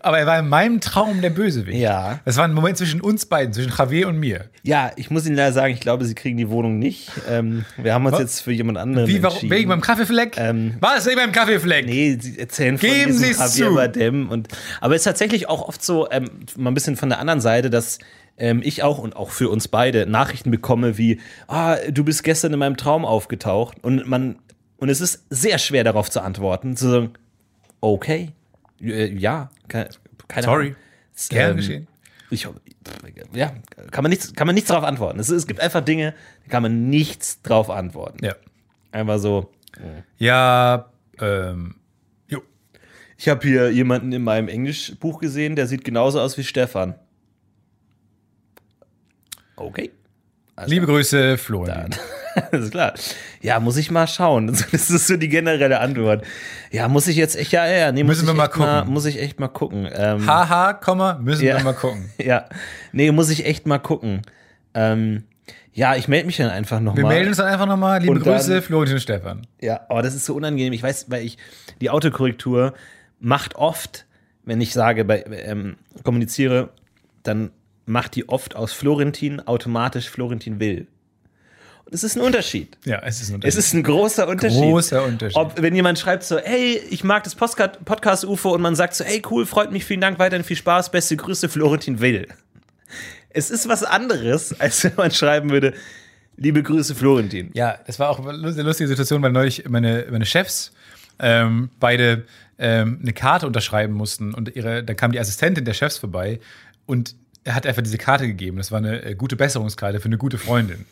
S1: Aber er war in meinem Traum der Bösewicht.
S2: Ja.
S1: Das war ein Moment zwischen uns beiden, zwischen Javier und mir.
S2: Ja, ich muss Ihnen leider sagen, ich glaube, Sie kriegen die Wohnung nicht. Ähm, wir haben uns jetzt für jemand anderen
S1: Wie, warum?
S2: entschieden.
S1: Wegen beim Kaffeefleck?
S2: Ähm,
S1: War es wegen beim Kaffeefleck?
S2: Nee, sie erzählen von
S1: Geben
S2: diesem
S1: Sie's
S2: Javier
S1: zu.
S2: Bardem und aber es ist tatsächlich auch oft so, ähm, mal ein bisschen von der anderen Seite, dass ähm, ich auch und auch für uns beide Nachrichten bekomme wie, ah, du bist gestern in meinem Traum aufgetaucht und man und es ist sehr schwer darauf zu antworten, zu sagen, okay, Äh, ja, keine, keine
S1: Sorry.
S2: Ahnung. Es,
S1: Gern
S2: ähm,
S1: geschehen.
S2: Ich, hoffe- pff, ja, kann man nichts, kann man nichts darauf antworten. Es, es gibt einfach Dinge, da kann man nichts drauf antworten.
S1: Ja.
S2: Einfach so.
S1: Ja, ähm, jo.
S2: Ich habe hier jemanden in meinem Englischbuch gesehen, der sieht genauso aus wie Stefan. Okay. Also,
S1: Liebe Grüße, Flo.
S2: Alles klar. Ja, muss ich mal schauen. Das ist so die generelle Antwort. Ja, muss ich jetzt echt, ja, ja, ja, nee, muss
S1: Müssen
S2: ich
S1: wir mal
S2: echt
S1: gucken.
S2: muss ich echt mal gucken. Ähm,
S1: Haha, Komma, müssen
S2: Ja.
S1: wir mal gucken.
S2: Ja, nee, muss ich echt mal gucken. Ähm, ja, ich melde mich dann einfach
S1: Wir melden
S2: nochmal.
S1: uns dann einfach nochmal. Liebe
S2: Und dann-
S1: Grüße, Florentin und Stefan.
S2: Ja, aber das ist so unangenehm. Ich weiß, weil ich, die Autokorrektur macht oft, wenn ich sage, bei, ähm, kommuniziere, dann macht die oft aus Florentin automatisch Florentin Will. Und es ist ein Unterschied.
S1: Ja, es ist ein
S2: Es ist ein großer Unterschied.
S1: Großer Unterschied.
S2: Ob, wenn jemand schreibt so, hey, ich mag das Postcard- Podcast-UFO und man sagt so, hey, cool, freut mich, vielen Dank, weiterhin viel Spaß, beste Grüße, Florentin Will. Es ist was anderes, als wenn man schreiben würde, liebe Grüße, Florentin.
S1: Ja, das war auch eine lustige Situation, weil neulich meine, meine Chefs ähm, beide ähm, eine Karte unterschreiben mussten und ihre, dann kam die Assistentin der Chefs vorbei und er hat einfach diese Karte gegeben. Das war eine äh, gute Besserungskarte für eine gute Freundin.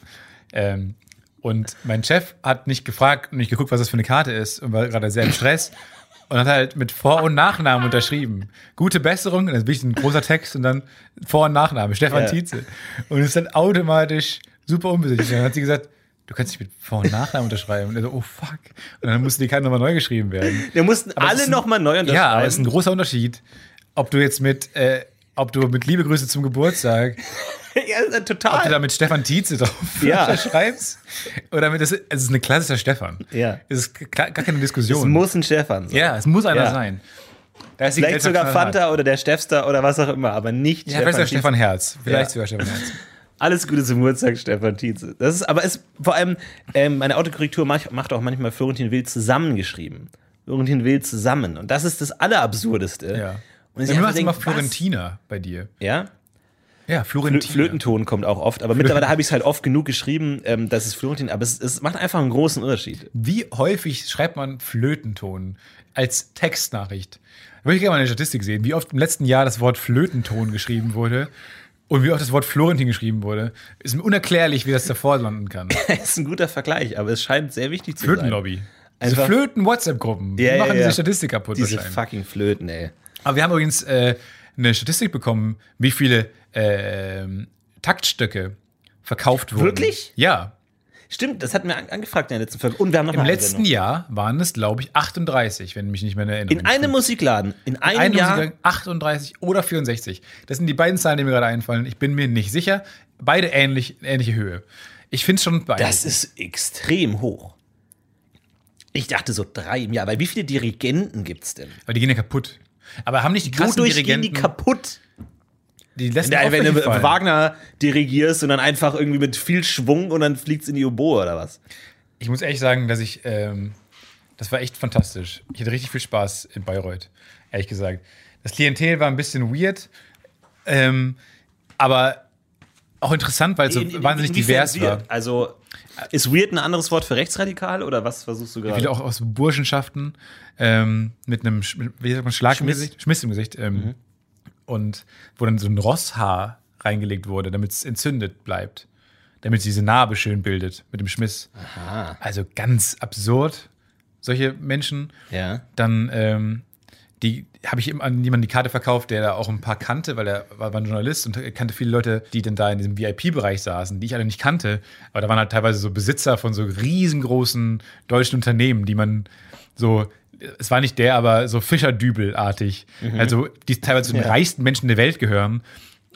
S1: Ähm, und mein Chef hat nicht gefragt und nicht geguckt, was das für eine Karte ist und war gerade sehr im Stress und hat halt mit Vor- und Nachnamen unterschrieben. Gute Besserung, das ist wirklich ein großer Text und dann Vor- und Nachname, Stefan
S2: Ja.
S1: Tietze. Und es ist dann automatisch super unbesichtigt. Dann hat sie gesagt, du kannst nicht mit Vor- und Nachnamen unterschreiben. Und er so, oh fuck. Und dann musste die Karte nochmal neu geschrieben werden.
S2: Wir mussten
S1: es
S2: alle
S1: ist ein-
S2: nochmal neu unterschreiben.
S1: Ja, aber es ist ein großer Unterschied, ob du jetzt mit, äh, ob du mit Liebe Grüße zum Geburtstag,
S2: ja,
S1: ob du
S2: total.
S1: da mit Stefan Tietze drauf
S2: Ja.
S1: unterschreibst. Oder mit, es ist es ist ein klassischer Stefan.
S2: Ja.
S1: Es ist klar, gar keine
S2: Es
S1: Diskussion.
S2: muss ein Stefan sein.
S1: ja, es muss einer
S2: Ja.
S1: sein. Da ist die
S2: Vielleicht
S1: Gesellschaft
S2: sogar
S1: knallhart.
S2: Fanta oder der Stefster oder was auch immer, aber nicht
S1: Ja, vielleicht sogar
S2: Tietze.
S1: Stefan Herz. Vielleicht sogar
S2: Ja.
S1: Stefan Herz.
S2: Alles Gute zum Geburtstag, Stefan Tietze. Das ist, aber es, vor allem, ähm, meine Autokorrektur mach, macht auch manchmal Florentin Will zusammengeschrieben. Florentin Will zusammen. Und das ist das Allerabsurdeste.
S1: Ja. Ja,
S2: Und ich
S1: du
S2: einfach
S1: machst immer
S2: denke,
S1: Florentiner bei dir.
S2: was? Ja?
S1: Ja,
S2: Flö-
S1: Florentiner.
S2: Flötenton kommt auch oft, aber mittlerweile habe ich es halt oft genug geschrieben, ähm, dass es Florentin, aber es, es macht einfach einen großen Unterschied.
S1: Wie häufig schreibt man Flötenton als Textnachricht? Da würde ich gerne mal eine Statistik sehen, wie oft im letzten Jahr das Wort Flötenton geschrieben wurde und wie oft das Wort Florentin geschrieben wurde. Ist mir unerklärlich, wie das davor landen kann.
S2: ist ein guter Vergleich, aber es scheint sehr wichtig zu sein.
S1: Flötenlobby. Diese
S2: Einfach-
S1: Flöten-WhatsApp-Gruppen die
S2: Ja, ja,
S1: machen
S2: ja.
S1: diese Statistik kaputt.
S2: Diese
S1: wahrscheinlich.
S2: fucking Flöten, ey.
S1: Aber wir haben übrigens äh, eine Statistik bekommen, wie viele ähm, Taktstöcke verkauft wurden.
S2: Wirklich?
S1: Ja.
S2: Stimmt, das hatten wir an, angefragt in der letzten Folge. Und wir haben noch
S1: Im
S2: mal eine
S1: letzten
S2: Sendung.
S1: Jahr waren es, glaube ich, 38, wenn mich nicht mehr erinnere.
S2: ne? In einem Musikladen, in einem, Jahr.
S1: 38 oder 64. Das sind die beiden Zahlen, die mir gerade einfallen. Ich bin mir nicht sicher. Beide ähnlich, ähnliche Höhe. Ich finde es schon
S2: Das
S1: beeindruckend.
S2: ist extrem hoch. Ich dachte so drei im Jahr, aber wie viele Dirigenten gibt es denn?
S1: Aber die gehen ja kaputt. Aber haben nicht die krassen
S2: Wodurch gehen
S1: Dirigenten,
S2: die kaputt?
S1: die lassen
S2: Ja,
S1: auch
S2: wenn du
S1: welche fallen.
S2: Wagner dirigierst und dann einfach irgendwie mit viel Schwung und dann fliegt's in die Oboe oder was?
S1: Ich muss ehrlich sagen, dass ich, ähm, das war echt fantastisch. Ich hatte richtig viel Spaß in Bayreuth, ehrlich gesagt. Das Klientel war ein bisschen weird, ähm, aber auch interessant, weil es so
S2: In- in-
S1: wahnsinnig
S2: inwiefern
S1: divers war.
S2: weird? Also ist weird ein anderes Wort für rechtsradikal oder was versuchst du
S1: Viele
S2: gerade?
S1: auch aus Burschenschaften ähm, mit einem Sch- mit- wie sagt man, Schlag
S2: Schmiss.
S1: im Gesicht, Schmiss im Gesicht ähm, und wo dann so ein Rosshaar reingelegt wurde, damit es entzündet bleibt, damit diese Narbe schön bildet mit dem Schmiss. Also ganz absurd solche Menschen.
S2: Ja.
S1: Dann ähm, die habe ich eben an jemanden die Karte verkauft, der da auch ein paar kannte, weil er war, war ein Journalist und kannte viele Leute, die dann da in diesem VIP-Bereich saßen, die ich alle nicht kannte. Aber da waren halt teilweise so Besitzer von so riesengroßen deutschen Unternehmen, die man so, es war nicht der, aber so Fischerdübel-artig. Also die teilweise zu den
S2: Mhm. Ja.
S1: reichsten Menschen der Welt gehören.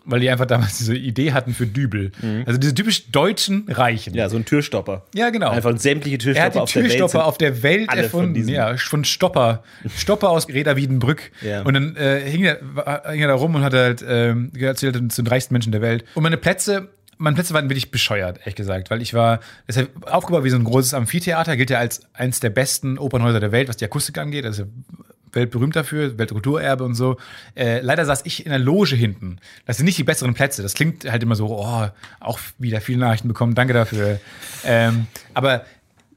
S1: Weil die einfach damals diese Idee hatten für Dübel. Also diese typisch deutschen Reichen.
S2: Mhm. Ja, so ein Türstopper.
S1: Ja, genau.
S2: Einfach sämtliche Türstopper
S1: Er hat die
S2: auf der Welt. sind-
S1: Türstopper auf der Welt
S2: alle von
S1: erfunden.
S2: diesen.
S1: ja, von Stopper. Stopper aus Reda Wiedenbrück.
S2: Ja.
S1: Und dann äh, hing, er, war- hing er da rum und hat halt ähm, erzählt zu den reichsten Menschen der Welt. Und meine Plätze. Meine Plätze waren wirklich bescheuert, ehrlich gesagt, weil ich war, es ist ja aufgebaut wie so ein großes Amphitheater, gilt ja als eins der besten Opernhäuser der Welt, was die Akustik angeht, also weltberühmt dafür, Weltkulturerbe und so. Äh, leider saß ich in der Loge hinten. Das sind nicht die besseren Plätze. Das klingt halt immer so, oh, auch wieder viele Nachrichten bekommen, danke dafür. Ähm, aber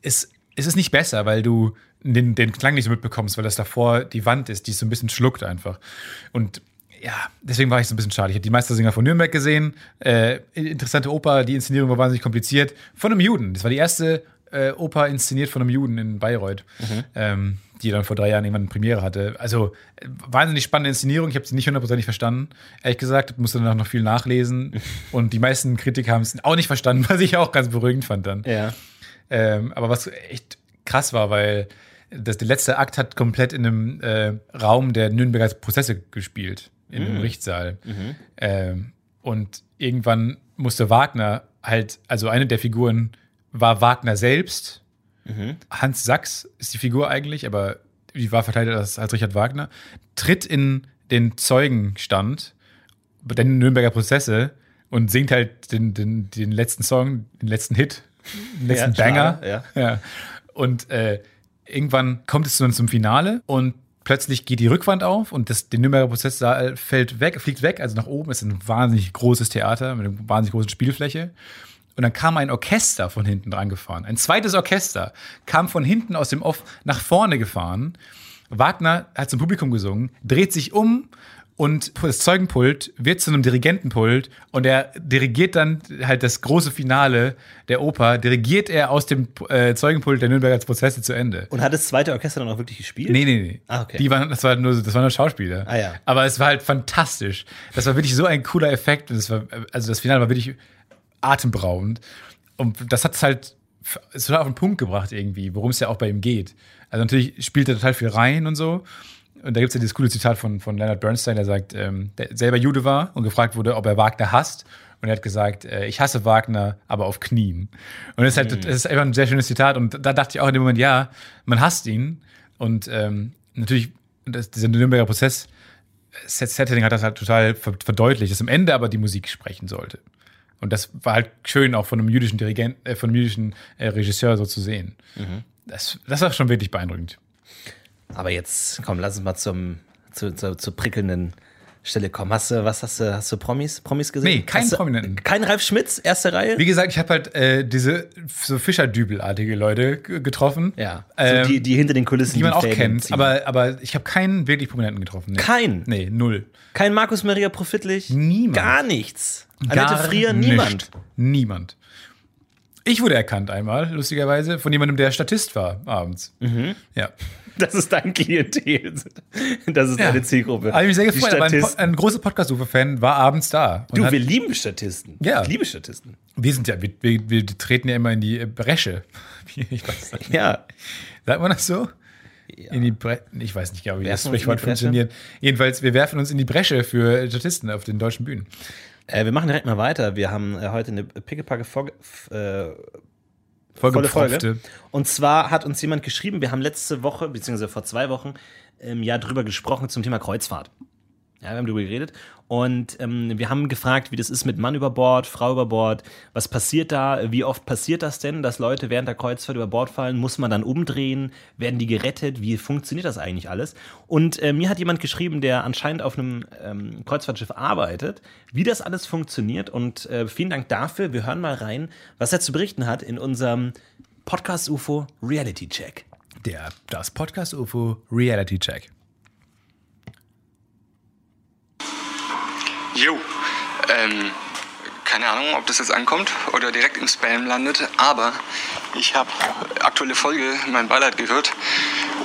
S1: es, es ist nicht besser, weil du den, den Klang nicht so mitbekommst, weil das davor die Wand ist, die es so ein bisschen schluckt einfach. Und ja, deswegen war ich so ein bisschen schade. Ich habe die Meistersinger von Nürnberg gesehen. Äh, interessante Oper, die Inszenierung war wahnsinnig kompliziert. Von einem Juden. Das war die erste äh, Oper inszeniert von einem Juden in Bayreuth, ähm, die dann vor drei Jahren irgendwann eine Premiere hatte. Also äh, wahnsinnig spannende Inszenierung. Ich habe sie nicht hundertprozentig verstanden. Ehrlich gesagt, musste danach noch viel nachlesen. Und die meisten Kritiker haben es auch nicht verstanden, was ich auch ganz beruhigend fand dann.
S2: Ja.
S1: Ähm, aber was echt krass war, weil das, der letzte Akt hat komplett in einem äh, Raum der Nürnberger Prozesse gespielt, in einem Gerichtssaal. Ähm, und irgendwann musste Wagner halt, also eine der Figuren war Wagner selbst. Hans Sachs ist die Figur eigentlich, aber die war verkleidet als, als Richard Wagner, tritt in den Zeugenstand der Nürnberger Prozesse und singt halt den, den, den letzten Song, den letzten Hit, den letzten
S2: Ja,
S1: Banger.
S2: schade,
S1: Ja. Und äh, irgendwann kommt es dann zum Finale und plötzlich geht die Rückwand auf und das, der Nürnberger Prozesssaal fällt weg, fliegt weg, also nach oben. Es ist ein wahnsinnig großes Theater mit einer wahnsinnig großen Spielfläche. Und dann kam ein Orchester von hinten dran gefahren. Ein zweites Orchester kam von hinten aus dem Off nach vorne gefahren. Wagner hat zum Publikum gesungen, dreht sich um und das Zeugenpult wird zu einem Dirigentenpult und er dirigiert dann halt das große Finale der Oper, dirigiert er aus dem äh, Zeugenpult der Nürnberger Prozesse zu Ende.
S2: Und hat das zweite Orchester dann auch wirklich gespielt?
S1: Nee, nee, nee.
S2: Ah, okay.
S1: Die waren, das, war nur, das waren nur Schauspieler.
S2: Ah, ja.
S1: Aber es war halt fantastisch. Das war wirklich so ein cooler Effekt. Und das war, also das Finale war wirklich atemberaubend. Und das hat es halt f- es hat auf den Punkt gebracht irgendwie, worum es ja auch bei ihm geht. Also natürlich spielt er total viel rein und so. Und da gibt es ja dieses coole Zitat von, von Leonard Bernstein, der sagt, ähm, der selber Jude war und gefragt wurde, ob er Wagner hasst. Und er hat gesagt, äh, ich hasse Wagner, aber auf Knien. Und das ist halt, das ist einfach ein sehr schönes Zitat. Und da dachte ich auch in dem Moment, ja, man hasst ihn. Und ähm, natürlich, das, dieser Nürnberger Prozess, Set- Setting hat das halt total ver- verdeutlicht, dass am Ende aber die Musik sprechen sollte. Und das war halt schön, auch von einem jüdischen Dirigenten, äh, von einem jüdischen äh, Regisseur so zu sehen.
S2: Mhm.
S1: Das, das war schon wirklich beeindruckend.
S2: Aber jetzt, komm, lass uns mal zum, zu, zu, zur prickelnden Stelle kommen. Hast du, was hast du, hast du Promis, Promis gesehen?
S1: Nee, keinen
S2: Hast du-
S1: Prominenten.
S2: Kein Ralf Schmitz, erste Reihe?
S1: Wie gesagt, ich habe halt äh, diese so Fischerdübelartige Leute g- getroffen.
S2: ja,
S1: Ähm,
S2: so die, die hinter den Kulissen
S1: die man auch
S2: Fäden
S1: kennt.
S2: ziehen.
S1: Aber, aber ich habe keinen wirklich Prominenten getroffen. Nee.
S2: Kein?
S1: Nee, null.
S2: kein Markus Maria Profitlich?
S1: Niemand.
S2: Gar nichts. Annette Frier, niemand.
S1: nicht. Niemand. Ich wurde erkannt einmal, lustigerweise, von jemandem, der Statist war abends.
S2: Mhm.
S1: Ja.
S2: Das ist dein Klientel. Das ist deine Zielgruppe.
S1: Habe ich mich sehr
S2: Die
S1: gefreut, aber ein, Po-
S2: Statisten.
S1: ein großer Podcast-Ufer-Fan war abends da. Und
S2: Du,
S1: hat,
S2: wir
S1: wir,
S2: lieben Statisten.
S1: Ja.
S2: Ich liebe Statisten.
S1: sind ja, wir, wir, wir treten ja immer in die äh, Bresche. Ich weiß nicht.
S2: Ja.
S1: Sagt man das so? In die Bre ich weiß nicht genau, wie das
S2: Werfen uns in die
S1: Sprichwort
S2: Bresche?
S1: funktioniert. Jedenfalls, wir werfen uns in die Bresche für Statisten auf den deutschen Bühnen.
S2: Äh, wir machen direkt mal weiter. Wir haben äh, heute eine pickepacke vorge- f- äh, volle Folge.
S1: Vollgepfropfte.
S2: Und zwar hat uns jemand geschrieben, wir haben letzte Woche, beziehungsweise vor zwei Wochen, ähm, ja, drüber gesprochen zum Thema Kreuzfahrt. Ja, wir haben darüber geredet. Und ähm, wir haben gefragt, wie das ist mit Mann über Bord, Frau über Bord. Was passiert da? Wie oft passiert das denn, dass Leute während der Kreuzfahrt über Bord fallen? Muss man dann umdrehen? Werden die gerettet? Wie funktioniert das eigentlich alles? Und äh, mir hat jemand geschrieben, der anscheinend auf einem ähm, Kreuzfahrtschiff arbeitet, wie das alles funktioniert. Und äh, vielen Dank dafür. Wir hören mal rein, was er zu berichten hat in unserem Podcast UFO Reality Check.
S1: Der, das Podcast-UFO Reality Check.
S4: Jo, ähm, keine Ahnung, ob das jetzt ankommt oder direkt im Spam landet, aber ich habe aktuelle Folge mein Beileid gehört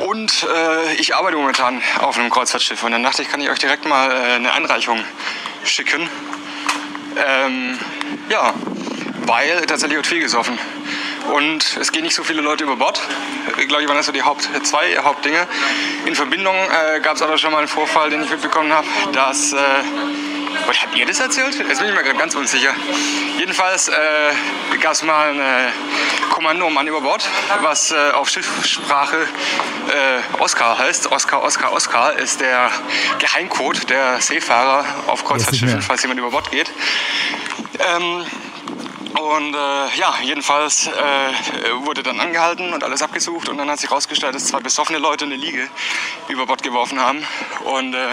S4: und äh, ich arbeite momentan auf einem Kreuzfahrtschiff und dann dachte ich, kann ich euch direkt mal äh, eine Einreichung schicken. Ähm, ja, weil tatsächlich wird viel gesoffen. Und es gehen nicht so viele Leute über Bord. Ich glaube, waren das so die Haupt, zwei Hauptdinge. In Verbindung äh, gab es aber schon mal einen Vorfall, den ich mitbekommen habe, dass. Äh, oder habt ihr das erzählt? Jetzt bin ich mir gerade ganz unsicher. Jedenfalls äh, gab es mal ein äh, Kommando Mann über Bord, was äh, auf Schiffssprache äh, Oscar heißt. Oscar, Oscar, Oscar ist der Geheimcode der Seefahrer auf
S1: mehr.
S4: Kreuzfahrtschiffen, falls jemand über Bord geht. Ähm, und äh, ja, jedenfalls äh, wurde dann angehalten und alles abgesucht und dann hat sich herausgestellt, dass zwei besoffene Leute eine Liege über Bord geworfen haben. Und äh,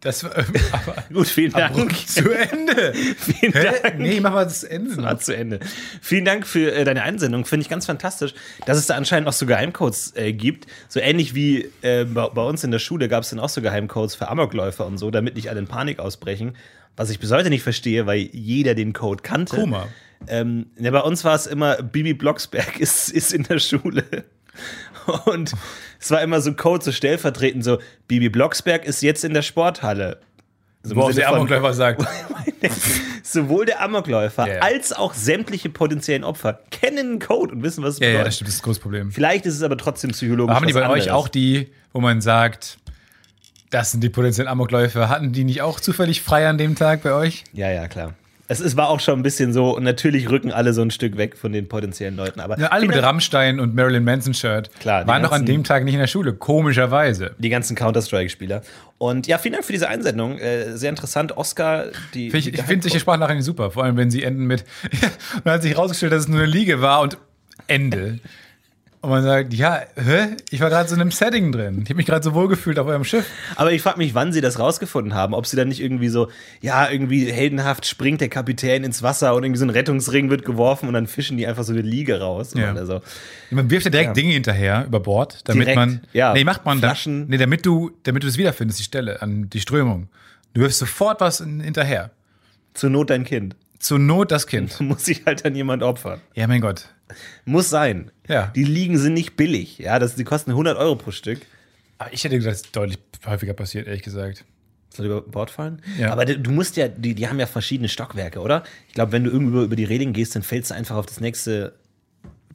S1: Das war aber
S2: Gut, vielen Dank.
S1: abrupt zu Ende.
S2: Vielen
S1: Hä?
S2: Dank.
S1: Nee, mach mal das Ende noch.
S2: war zu Ende. Vielen Dank für äh, deine Einsendung. Finde ich ganz fantastisch, dass es da anscheinend auch so Geheimcodes äh, gibt. So ähnlich wie äh, bei, bei uns in der Schule gab es dann auch so Geheimcodes für Amokläufer und so, damit nicht alle in Panik ausbrechen. Was ich bis heute nicht verstehe, weil jeder den Code kannte.
S1: Koma.
S2: Ähm, ja, bei uns war es immer, Bibi Blocksberg ist, ist in der Schule. Und es war immer so Code, so stellvertretend, so Bibi Blocksberg ist jetzt in der Sporthalle. So im
S1: Worauf
S2: Sinne
S1: der
S2: von-
S1: Amokläufer sagt.
S2: Sowohl der Amokläufer
S1: Ja, ja.
S2: als auch sämtliche potenziellen Opfer kennen einen Code und wissen, was es
S1: Ja, ja,
S2: bedeutet.
S1: das stimmt, das ist ein großes Problem.
S2: Vielleicht ist es aber trotzdem psychologisch.
S1: Haben die
S2: was
S1: bei euch
S2: anderes.
S1: auch die, wo man sagt, das sind die potenziellen Amokläufer? Hatten die nicht auch zufällig frei an dem Tag bei euch?
S2: Ja, ja, klar. Es, es war auch schon ein bisschen so, und natürlich rücken alle so ein Stück weg von den potenziellen Leuten. Aber
S1: Ja, alle mit
S2: vielen Dank-
S1: Rammstein und Marilyn Manson-Shirt
S2: Klar, die
S1: waren doch an
S2: ganzen-
S1: dem Tag nicht in der Schule, komischerweise.
S2: die ganzen Counter-Strike-Spieler. Und ja, vielen Dank für diese Einsendung. Äh, sehr interessant. Oscar, die.
S1: Find Ich,
S2: die
S1: ich finde solche Sprachnachrichten super, vor allem wenn sie enden mit, und dann hat sich herausgestellt, dass es nur eine Liege war und Ende. Und man sagt, ja, hä? Ich war gerade so in einem Setting drin. Ich habe mich gerade so wohl gefühlt auf eurem Schiff.
S2: Aber ich frage mich, wann sie das rausgefunden haben. Ob sie dann nicht irgendwie so, ja, irgendwie heldenhaft springt der Kapitän ins Wasser und irgendwie so ein Rettungsring wird geworfen und dann fischen die einfach so eine Liege raus.
S1: Ja.
S2: Oder so.
S1: Man wirft ja direkt Dinge hinterher über Bord, damit
S2: Direkt,
S1: man.
S2: ja.
S1: Nee, macht man
S2: Flaschen.
S1: Dann, nee, damit du, damit du es wiederfindest, die Stelle, an die Strömung. Du wirfst sofort was in, hinterher.
S2: Zur Not dein Kind.
S1: Zur Not das Kind.
S2: Muss sich halt dann jemand opfern.
S1: Ja, mein Gott.
S2: Muss sein.
S1: Ja.
S2: Die Liegen sind nicht billig. Ja, das, die kosten 100 Euro pro Stück.
S1: Aber ich hätte gedacht, das ist deutlich häufiger passiert, ehrlich gesagt.
S2: Soll über Bord fallen?
S1: Ja.
S2: Aber du du musst ja, die, die haben ja verschiedene Stockwerke, oder? Ich glaube, wenn du irgendwo über die Reling gehst, dann fällst du einfach auf das nächste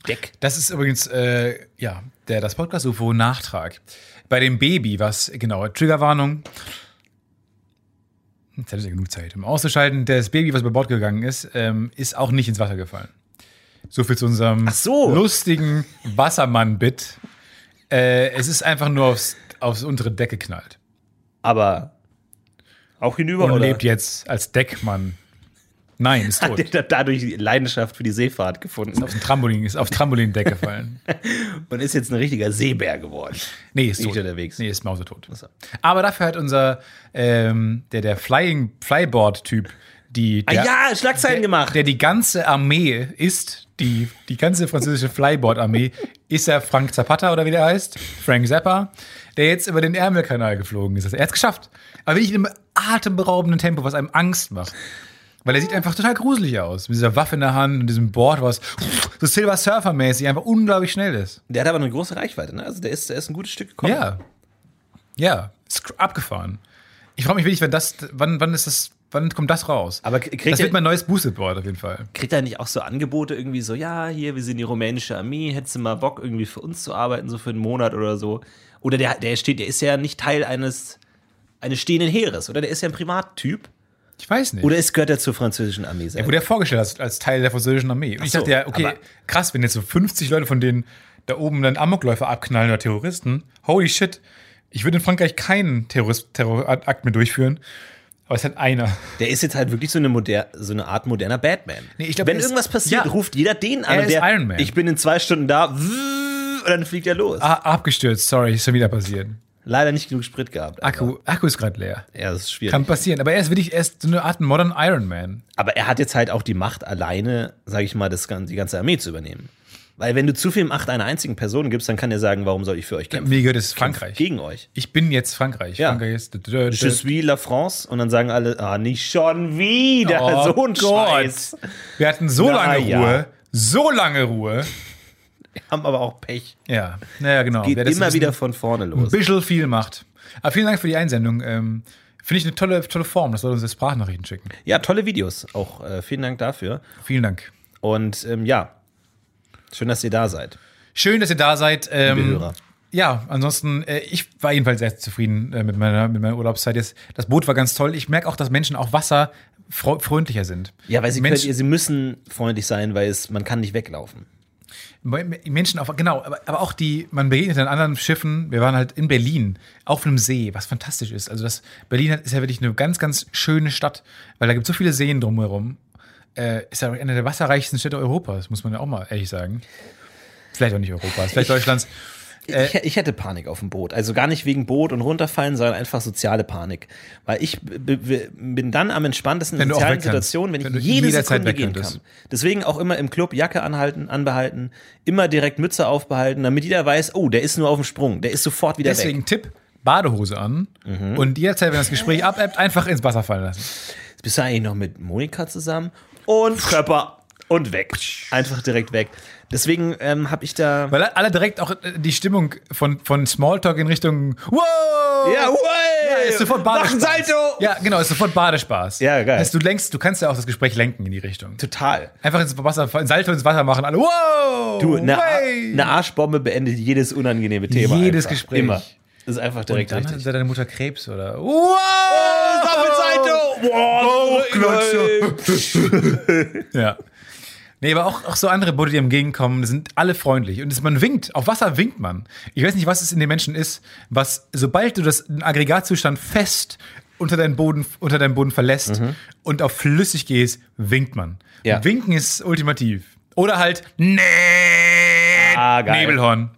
S2: Deck.
S1: Das ist übrigens, äh, ja, der, das Podcast-UFO-Nachtrag. Bei dem Baby, was, genau, Triggerwarnung. Jetzt hatte ich ja genug Zeit, um auszuschalten. Das Baby, was über Bord gegangen ist, ähm, ist auch nicht ins Wasser gefallen. So viel zu unserem
S2: so.
S1: lustigen Wassermann-Bit. Äh, es ist einfach nur aufs, aufs untere Deck geknallt.
S2: Aber auch hinüber,
S1: Und
S2: oder?
S1: lebt jetzt als Deckmann. Nein, ist
S2: Hat
S1: tot.
S2: der da- dadurch die Leidenschaft für die Seefahrt gefunden
S1: Auf ein Trampolin, ist auf Trampolindeck gefallen.
S2: und ist jetzt ein richtiger Seebär geworden.
S1: Nee, ist
S2: Nicht
S1: tot.
S2: unterwegs.
S1: Nee, ist mausetot.
S2: so.
S1: Aber dafür hat unser, ähm, der, der Flying, Flyboard-Typ, die, der,
S2: ah ja, Schlagzeilen gemacht.
S1: der die ganze Armee ist, die, die ganze französische Flyboard-Armee, ist ja Frank Zapata oder wie der heißt, Frank Zappa, der jetzt über den Ärmelkanal geflogen ist. Also er hat es geschafft. Aber wirklich in einem atemberaubenden Tempo, was einem Angst macht. Weil er sieht einfach total gruselig aus. Mit dieser Waffe in der Hand und diesem Board, was so Silver Surfer-mäßig einfach unglaublich schnell ist.
S2: Der hat aber eine große Reichweite, ne? Also der ist, der ist ein gutes Stück gekommen.
S1: Ja. Ja, ist k- abgefahren. Ich frage mich wirklich, wann das, wann, wann ist das, wann kommt das raus?
S2: Aber k- kriegt
S1: das
S2: ihr-
S1: wird mein neues Boosted Board auf jeden Fall.
S2: Kriegt er nicht auch so Angebote irgendwie so, ja, hier, wir sind die rumänische Armee, hättest du mal Bock, irgendwie für uns zu arbeiten, so für einen Monat oder so? Oder der, der steht, der ist ja nicht Teil eines, eines stehenden Heeres, oder? Der ist ja ein Privattyp.
S1: Ich weiß nicht.
S2: Oder es gehört er zur französischen Armee
S1: ja, wurde er vorgestellt als, als Teil der französischen Armee. Und ich
S2: so,
S1: dachte ja, okay,
S2: aber-
S1: krass, wenn jetzt so 50 Leute von denen da oben dann Amokläufer abknallen oder Terroristen, holy shit, ich würde in Frankreich keinen Terrorist- Terrorakt mehr durchführen. Aber es hat einer.
S2: der ist jetzt halt wirklich so eine, moder so eine Art moderner Batman.
S1: Nee, ich glaub,
S2: Wenn
S1: er ist-
S2: irgendwas passiert,
S1: ja.
S2: ruft jeder den an.
S1: Er
S2: und
S1: ist
S2: der,
S1: Iron Man.
S2: Ich bin in zwei Stunden da, und dann fliegt er los.
S1: Ah, abgestürzt, sorry, ist schon wieder passiert.
S2: Leider nicht genug Sprit gehabt. aber-
S1: Akku, Akku ist gerade leer.
S2: Ja, das ist schwierig.
S1: Ah, Kann passieren. Aber er ist wirklich, er ist so eine Art Modern Iron Man.
S2: Aber er hat jetzt halt auch die Macht, alleine, sage ich mal, das, gan- die ganze Armee zu übernehmen. Weil wenn du zu viel Macht einer einzigen Person gibst, dann kann er sagen, warum soll ich für euch kämpfen?
S1: Mir gehört es Frankreich.
S2: Gegen euch.
S1: Ich bin jetzt Frankreich.
S2: Ja.
S1: Frankreich ist. Dö, dö,
S2: Je
S1: dö.
S2: suis la France. Und dann sagen alle, ah, nicht schon wieder.
S1: Oh
S2: so ein Scheiß.
S1: Wir hatten so
S2: Na
S1: lange
S2: ja.
S1: Ruhe. So lange Ruhe.
S2: Haben aber auch Pech.
S1: Ja, naja, genau.
S2: Geht
S1: Wer das
S2: immer
S1: ein
S2: wieder von vorne
S1: bisschen- ein
S2: los.
S1: bisschen viel macht. Aber vielen Dank für die Einsendung. Ähm, Finde ich eine tolle, tolle Form. Das sollte uns jetzt Sprachnachrichten schicken.
S2: Ja, tolle Videos. Auch äh, vielen Dank dafür.
S1: Vielen Dank.
S2: Und ähm, ja, schön, dass ihr da seid.
S1: Schön, dass ihr da seid.
S2: liebe
S1: Ähm,
S2: Hörer.
S1: ja, ansonsten, äh, ich war jedenfalls sehr zufrieden äh, mit, meiner, mit meiner Urlaubszeit. Jetzt, das Boot war ganz toll. Ich merke auch, dass Menschen auf Wasser fro- freundlicher sind.
S2: Ja, weil sie,
S1: Menschen-
S2: können, sie müssen freundlich sein, weil es, man kann nicht weglaufen.
S1: Menschen auf, genau, aber, aber auch die, man begegnet an anderen Schiffen. Wir waren halt in Berlin, auf einem See, was fantastisch ist. Also, das Berlin hat- ist ja wirklich eine ganz, ganz schöne Stadt, weil da gibt es so viele Seen drumherum. Äh, ist ja eine der wasserreichsten Städte Europas, muss man ja auch mal ehrlich sagen. Vielleicht auch nicht Europas, vielleicht Deutschlands.
S2: Ich, ich hätte Panik auf dem Boot. Also gar nicht wegen Boot und runterfallen, sondern einfach soziale Panik. Weil ich b- b- bin dann am entspanntesten
S1: Wenn
S2: in
S1: du auch
S2: sozialen
S1: weg kannst.
S2: Situationen, wenn,
S1: Wenn
S2: ich
S1: du
S2: jede
S1: jederzeit
S2: Sekunde
S1: weg
S2: gehen
S1: könntest.
S2: kann. Deswegen auch immer im Club Jacke anhalten, anbehalten, immer direkt Mütze aufbehalten, damit jeder weiß, oh, der ist nur auf dem Sprung, der ist sofort wieder weg. Mhm.
S1: Deswegen Tipp, Badehose an und jederzeit, wenn das Gespräch abebbt, einfach ins Wasser fallen lassen.
S2: Jetzt bist du eigentlich noch mit Monika zusammen und Körper und weg. Einfach direkt weg. Deswegen ähm, habe ich da.
S1: Weil alle direkt auch äh, die Stimmung von, von Smalltalk in Richtung Wow!
S2: Ja,
S1: Ja,
S2: uey,
S1: ist sofort
S2: mach ein
S1: Badespaß.
S2: Salto!
S1: Ja, genau, ist sofort Badespaß.
S2: Ja, geil.
S1: Heißt, du lenkst, du kannst ja auch das Gespräch lenken in die Richtung.
S2: Total.
S1: Einfach ins Wasser, ein Salto ins Wasser machen, alle Wow!
S2: Du, eine, Ar-
S1: way!
S2: eine Arschbombe beendet jedes unangenehme Thema.
S1: Jedes
S2: einfach.
S1: Gespräch.
S2: Immer. Ist einfach direkt
S1: Dann
S2: richtig.
S1: hat deine Mutter Krebs oder Wow! Oh,
S2: Wow,
S1: ja. Nee, aber auch, auch so andere Boote, die einem entgegenkommen, sind alle freundlich. Und es- man winkt, auf Wasser winkt man. Ich weiß nicht, was es in den Menschen ist, was, sobald du das den Aggregatzustand fest unter deinen Boden, unter deinen Boden verlässt und auf flüssig gehst, winkt man.
S2: Mhm. Ja.
S1: Winken ist ultimativ. Oder halt, nee,
S2: Ah, geil.
S1: Nebelhorn.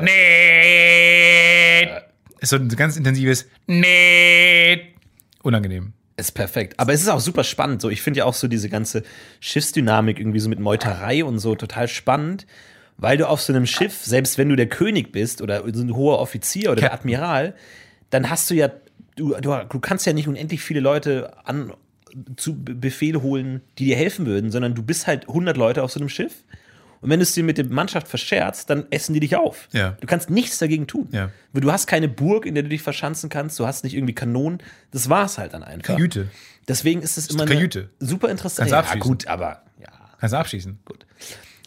S1: Nee. Ist so ein ganz intensives, nee. Unangenehm.
S2: Ist perfekt. Aber es ist auch super spannend. So, ich finde ja auch so diese ganze Schiffsdynamik irgendwie so mit Meuterei und so total spannend, weil du auf so einem Schiff, selbst wenn du der König bist oder so ein hoher Offizier oder der
S1: Captain.
S2: Admiral, dann hast du ja, du, du, du kannst ja nicht unendlich viele Leute an zu Be- Befehl holen, die dir helfen würden, sondern du bist halt 100 Leute auf so einem Schiff. Und wenn du es dir mit der Mannschaft verscherzt, dann essen die dich auf.
S1: Ja.
S2: Du kannst nichts dagegen tun.
S1: Ja.
S2: Du hast keine Burg, in der du dich verschanzen kannst, du hast nicht irgendwie Kanonen. Das war's halt dann einfach.
S1: Kajüte.
S2: Deswegen ist es immer eine
S1: Kajüte.
S2: super interessant.
S1: Kannst
S2: Ja,
S1: abschießen.
S2: gut, aber ja.
S1: Kannst du abschießen.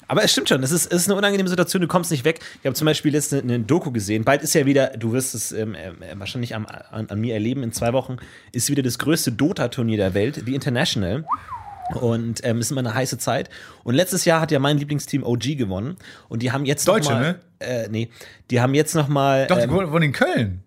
S2: Aber es stimmt schon, es ist, es ist eine unangenehme Situation, du kommst nicht weg. Ich habe zum Beispiel jetzt eine, eine Doku gesehen. Bald ist ja wieder, du wirst es ähm, ähm, wahrscheinlich am, an, an mir erleben, in zwei Wochen ist wieder das größte Dota-Turnier der Welt, The International. Und ähm, ist immer eine heiße Zeit. Und letztes Jahr hat ja mein Lieblingsteam OG gewonnen. Und die haben jetzt
S1: Deutsche,
S2: noch mal,
S1: ne?
S2: Äh, nee, die haben jetzt noch mal.
S1: Doch,
S2: ähm,
S1: die wohnen in Köln.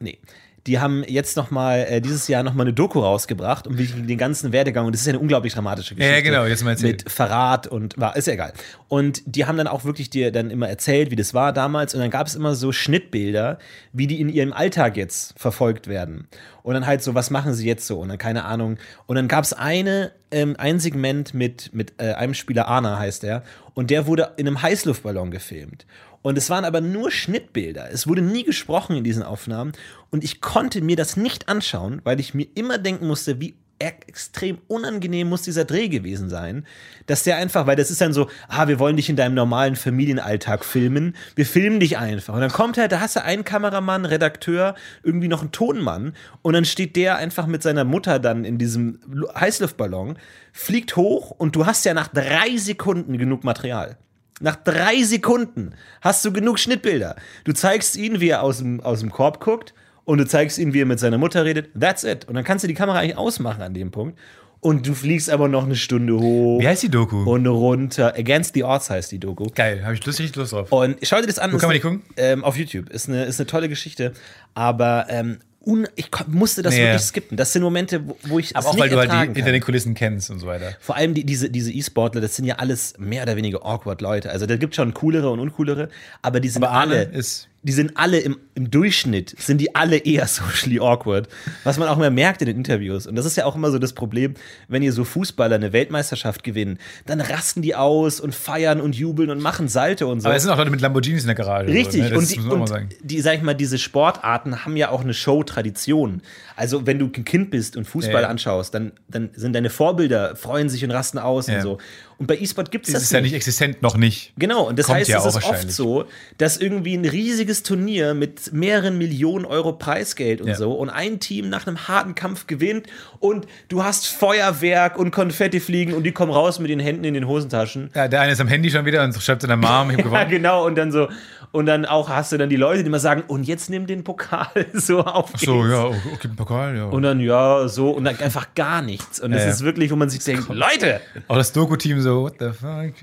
S2: Nee. Die haben jetzt noch mal äh, dieses Jahr noch mal eine Doku rausgebracht um wirklich den ganzen Werdegang und das ist ja eine unglaublich dramatische Geschichte.
S1: Ja, genau, jetzt mal erzählt.
S2: mit Verrat und war ist ja egal. Und die haben dann auch wirklich dir dann immer erzählt, wie das war damals und dann gab es immer so Schnittbilder, wie die in ihrem Alltag jetzt verfolgt werden. Und dann halt so, was machen sie jetzt so und dann keine Ahnung. Und dann gab es eine ähm, ein Segment mit mit äh, einem Spieler Arna heißt er und der wurde in einem Heißluftballon gefilmt. Und es waren aber nur Schnittbilder. Es wurde nie gesprochen in diesen Aufnahmen. Und ich konnte mir das nicht anschauen, weil ich mir immer denken musste, wie e- extrem unangenehm muss dieser Dreh gewesen sein, dass der einfach, weil das ist dann so, ah, wir wollen dich in deinem normalen Familienalltag filmen, wir filmen dich einfach. Und dann kommt halt, da hast du einen Kameramann, Redakteur, irgendwie noch einen Tonmann und dann steht der einfach mit seiner Mutter dann in diesem Lu- Heißluftballon, fliegt hoch und du hast ja nach drei Sekunden genug Material. Nach drei Sekunden hast du genug Schnittbilder. Du zeigst ihn, wie er aus dem, aus dem Korb guckt und du zeigst ihn, wie er mit seiner Mutter redet. That's it. Und dann kannst du die Kamera eigentlich ausmachen an dem Punkt. Und du fliegst aber noch eine Stunde hoch
S1: Wie heißt die Doku?
S2: und runter. Against the Odds heißt die Doku.
S1: Geil, habe ich lustig Lust drauf.
S2: Und schau dir das an. Wo
S1: kann man die gucken?
S2: Ähm, auf YouTube. Ist eine, ist eine tolle Geschichte. Aber ähm, un ich ko- musste das
S1: Nee.
S2: wirklich skippen. Das sind Momente, wo, wo ich
S1: Aber auch weil du halt die
S2: ertragen
S1: hinter den Kulissen kennst und so weiter.
S2: vor allem die, diese, diese E-Sportler, das sind ja alles mehr oder weniger awkward Leute. Also da gibt schon coolere und uncoolere, aber die sind
S1: Aber Arne
S2: alle.
S1: ist-
S2: die sind alle im, im Durchschnitt, sind die alle eher socially awkward. Was man auch immer merkt in den Interviews. Und das ist ja auch immer so das Problem, wenn ihr so Fußballer eine Weltmeisterschaft gewinnen, dann rasten die aus und feiern und jubeln und machen Salte und so.
S1: Aber es sind auch Leute mit Lamborghinis in der Garage.
S2: Richtig,
S1: So, ne? Das
S2: und, die,
S1: muss man auch mal
S2: und
S1: sagen.
S2: die, sag ich mal, diese Sportarten haben ja auch eine Show-Tradition. Also, wenn du ein Kind bist und Fußball
S1: Ja, ja.
S2: anschaust, dann, dann sind deine Vorbilder, freuen sich und rasten aus und
S1: Ja.
S2: so. Und bei E-Sport gibt es
S1: Das
S2: das
S1: ist ja nicht existent, noch nicht.
S2: Genau, und das
S1: Kommt
S2: heißt,
S1: ja
S2: es
S1: auch
S2: ist oft
S1: wahrscheinlich.
S2: so, dass irgendwie ein riesiges Turnier mit mehreren Millionen Euro Preisgeld und
S1: Ja.
S2: so und ein Team nach einem harten Kampf gewinnt und du hast Feuerwerk und Konfetti fliegen und die kommen raus mit den Händen in den Hosentaschen.
S1: Ja, der eine ist am Handy schon wieder und schreibt seiner Mom, ich hab
S2: Ja,
S1: gewonnen.
S2: genau, und dann so, und dann auch hast du dann die Leute, die immer sagen, und jetzt nimm den Pokal so auf. Geht's.
S1: So, ja, oh, okay, okay, Pokal, ja.
S2: Und dann, ja, so, und dann einfach gar nichts. Und es
S1: ja.
S2: ist wirklich, wo man sich denkt, Leute!
S1: auch das Doku-Team so, what the fuck?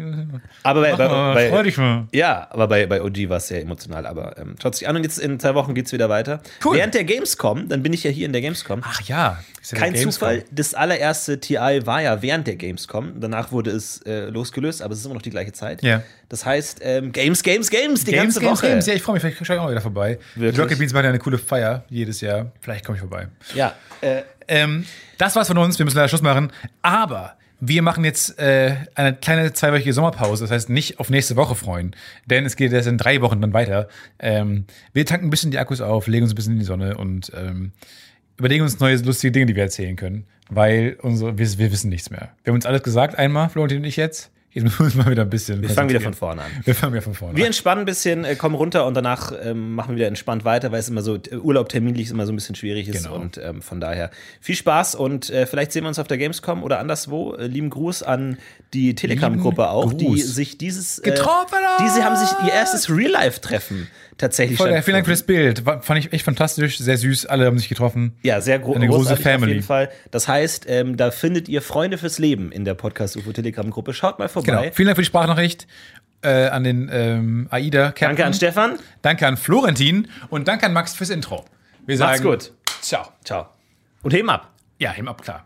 S2: Aber bei, bei,
S1: Ah,
S2: bei,
S1: freu dich mal.
S2: Ja, aber bei, bei OG war es sehr emotional. Aber ähm, schaut sich an und jetzt in zwei Wochen geht's wieder weiter.
S1: Cool.
S2: Während der Gamescom, dann bin ich ja hier in der Gamescom.
S1: Ach ja. ist ja der
S2: Kein
S1: Gamescom.
S2: Zufall, das allererste TI war ja während der Gamescom. Danach wurde es äh, losgelöst, aber es ist immer noch die gleiche Zeit.
S1: Ja.
S2: Das heißt, ähm, Games, Games, Games, die ganze Woche.
S1: Ja, ich freue mich, vielleicht schaue ich auch wieder vorbei.
S2: Wirklich?
S1: Die Rocket Beans machen ja eine coole Feier jedes Jahr. Vielleicht komme ich vorbei.
S2: Ja, äh,
S1: Ähm, das war's von uns. Wir müssen leider Schluss machen. Aber wir machen jetzt äh, eine kleine zweiwöchige Sommerpause. Das heißt, nicht auf nächste Woche freuen. Denn es geht erst in drei Wochen dann weiter. Ähm, wir tanken ein bisschen die Akkus auf, legen uns ein bisschen in die Sonne und ähm, überlegen uns neue lustige Dinge, die wir erzählen können. Weil unsere, wir, wir wissen nichts mehr. Wir haben uns alles gesagt einmal, Florentin und ich jetzt. Jetzt müssen wir uns mal wieder ein bisschen.
S2: wir fangen wieder von vorne an.
S1: Wir fangen wieder von vorne
S2: Wir
S1: an.
S2: entspannen ein bisschen, äh, kommen runter und danach ähm, machen wir wieder entspannt weiter, weil es immer so äh, Urlaub terminlich immer so ein bisschen schwierig ist.
S1: Genau.
S2: Und ähm, von daher viel Spaß und äh, vielleicht sehen wir uns auf der Gamescom oder anderswo. Äh, lieben Gruß an die Telegram-Gruppe
S1: Lieben
S2: auch, die
S1: Gruß.
S2: sich dieses. Äh,
S1: Getroffen hat!
S2: Diese haben sich ihr erstes Real-Life-Treffen tatsächlich
S1: Voll, geil.
S2: stattgefunden.
S1: vielen Dank für das Bild. War, fand ich echt fantastisch. Sehr süß. Alle haben sich getroffen.
S2: Ja, sehr gro
S1: Eine große
S2: großartig auf
S1: Family.
S2: jeden Fall. Das heißt, ähm, da findet ihr Freunde fürs Leben in der Podcast-UFO-Telegram-Gruppe. Schaut mal vorbei.
S1: Genau. Vielen Dank für die Sprachnachricht äh, an den ähm, AIDA. -Captain.
S2: Danke an Stefan.
S1: Danke an Florentin und danke an Max fürs Intro. Wir
S2: Macht's
S1: sagen
S2: gut.
S1: Ciao.
S2: Ciao. Und heben ab.
S1: Ja, ihm ab klar.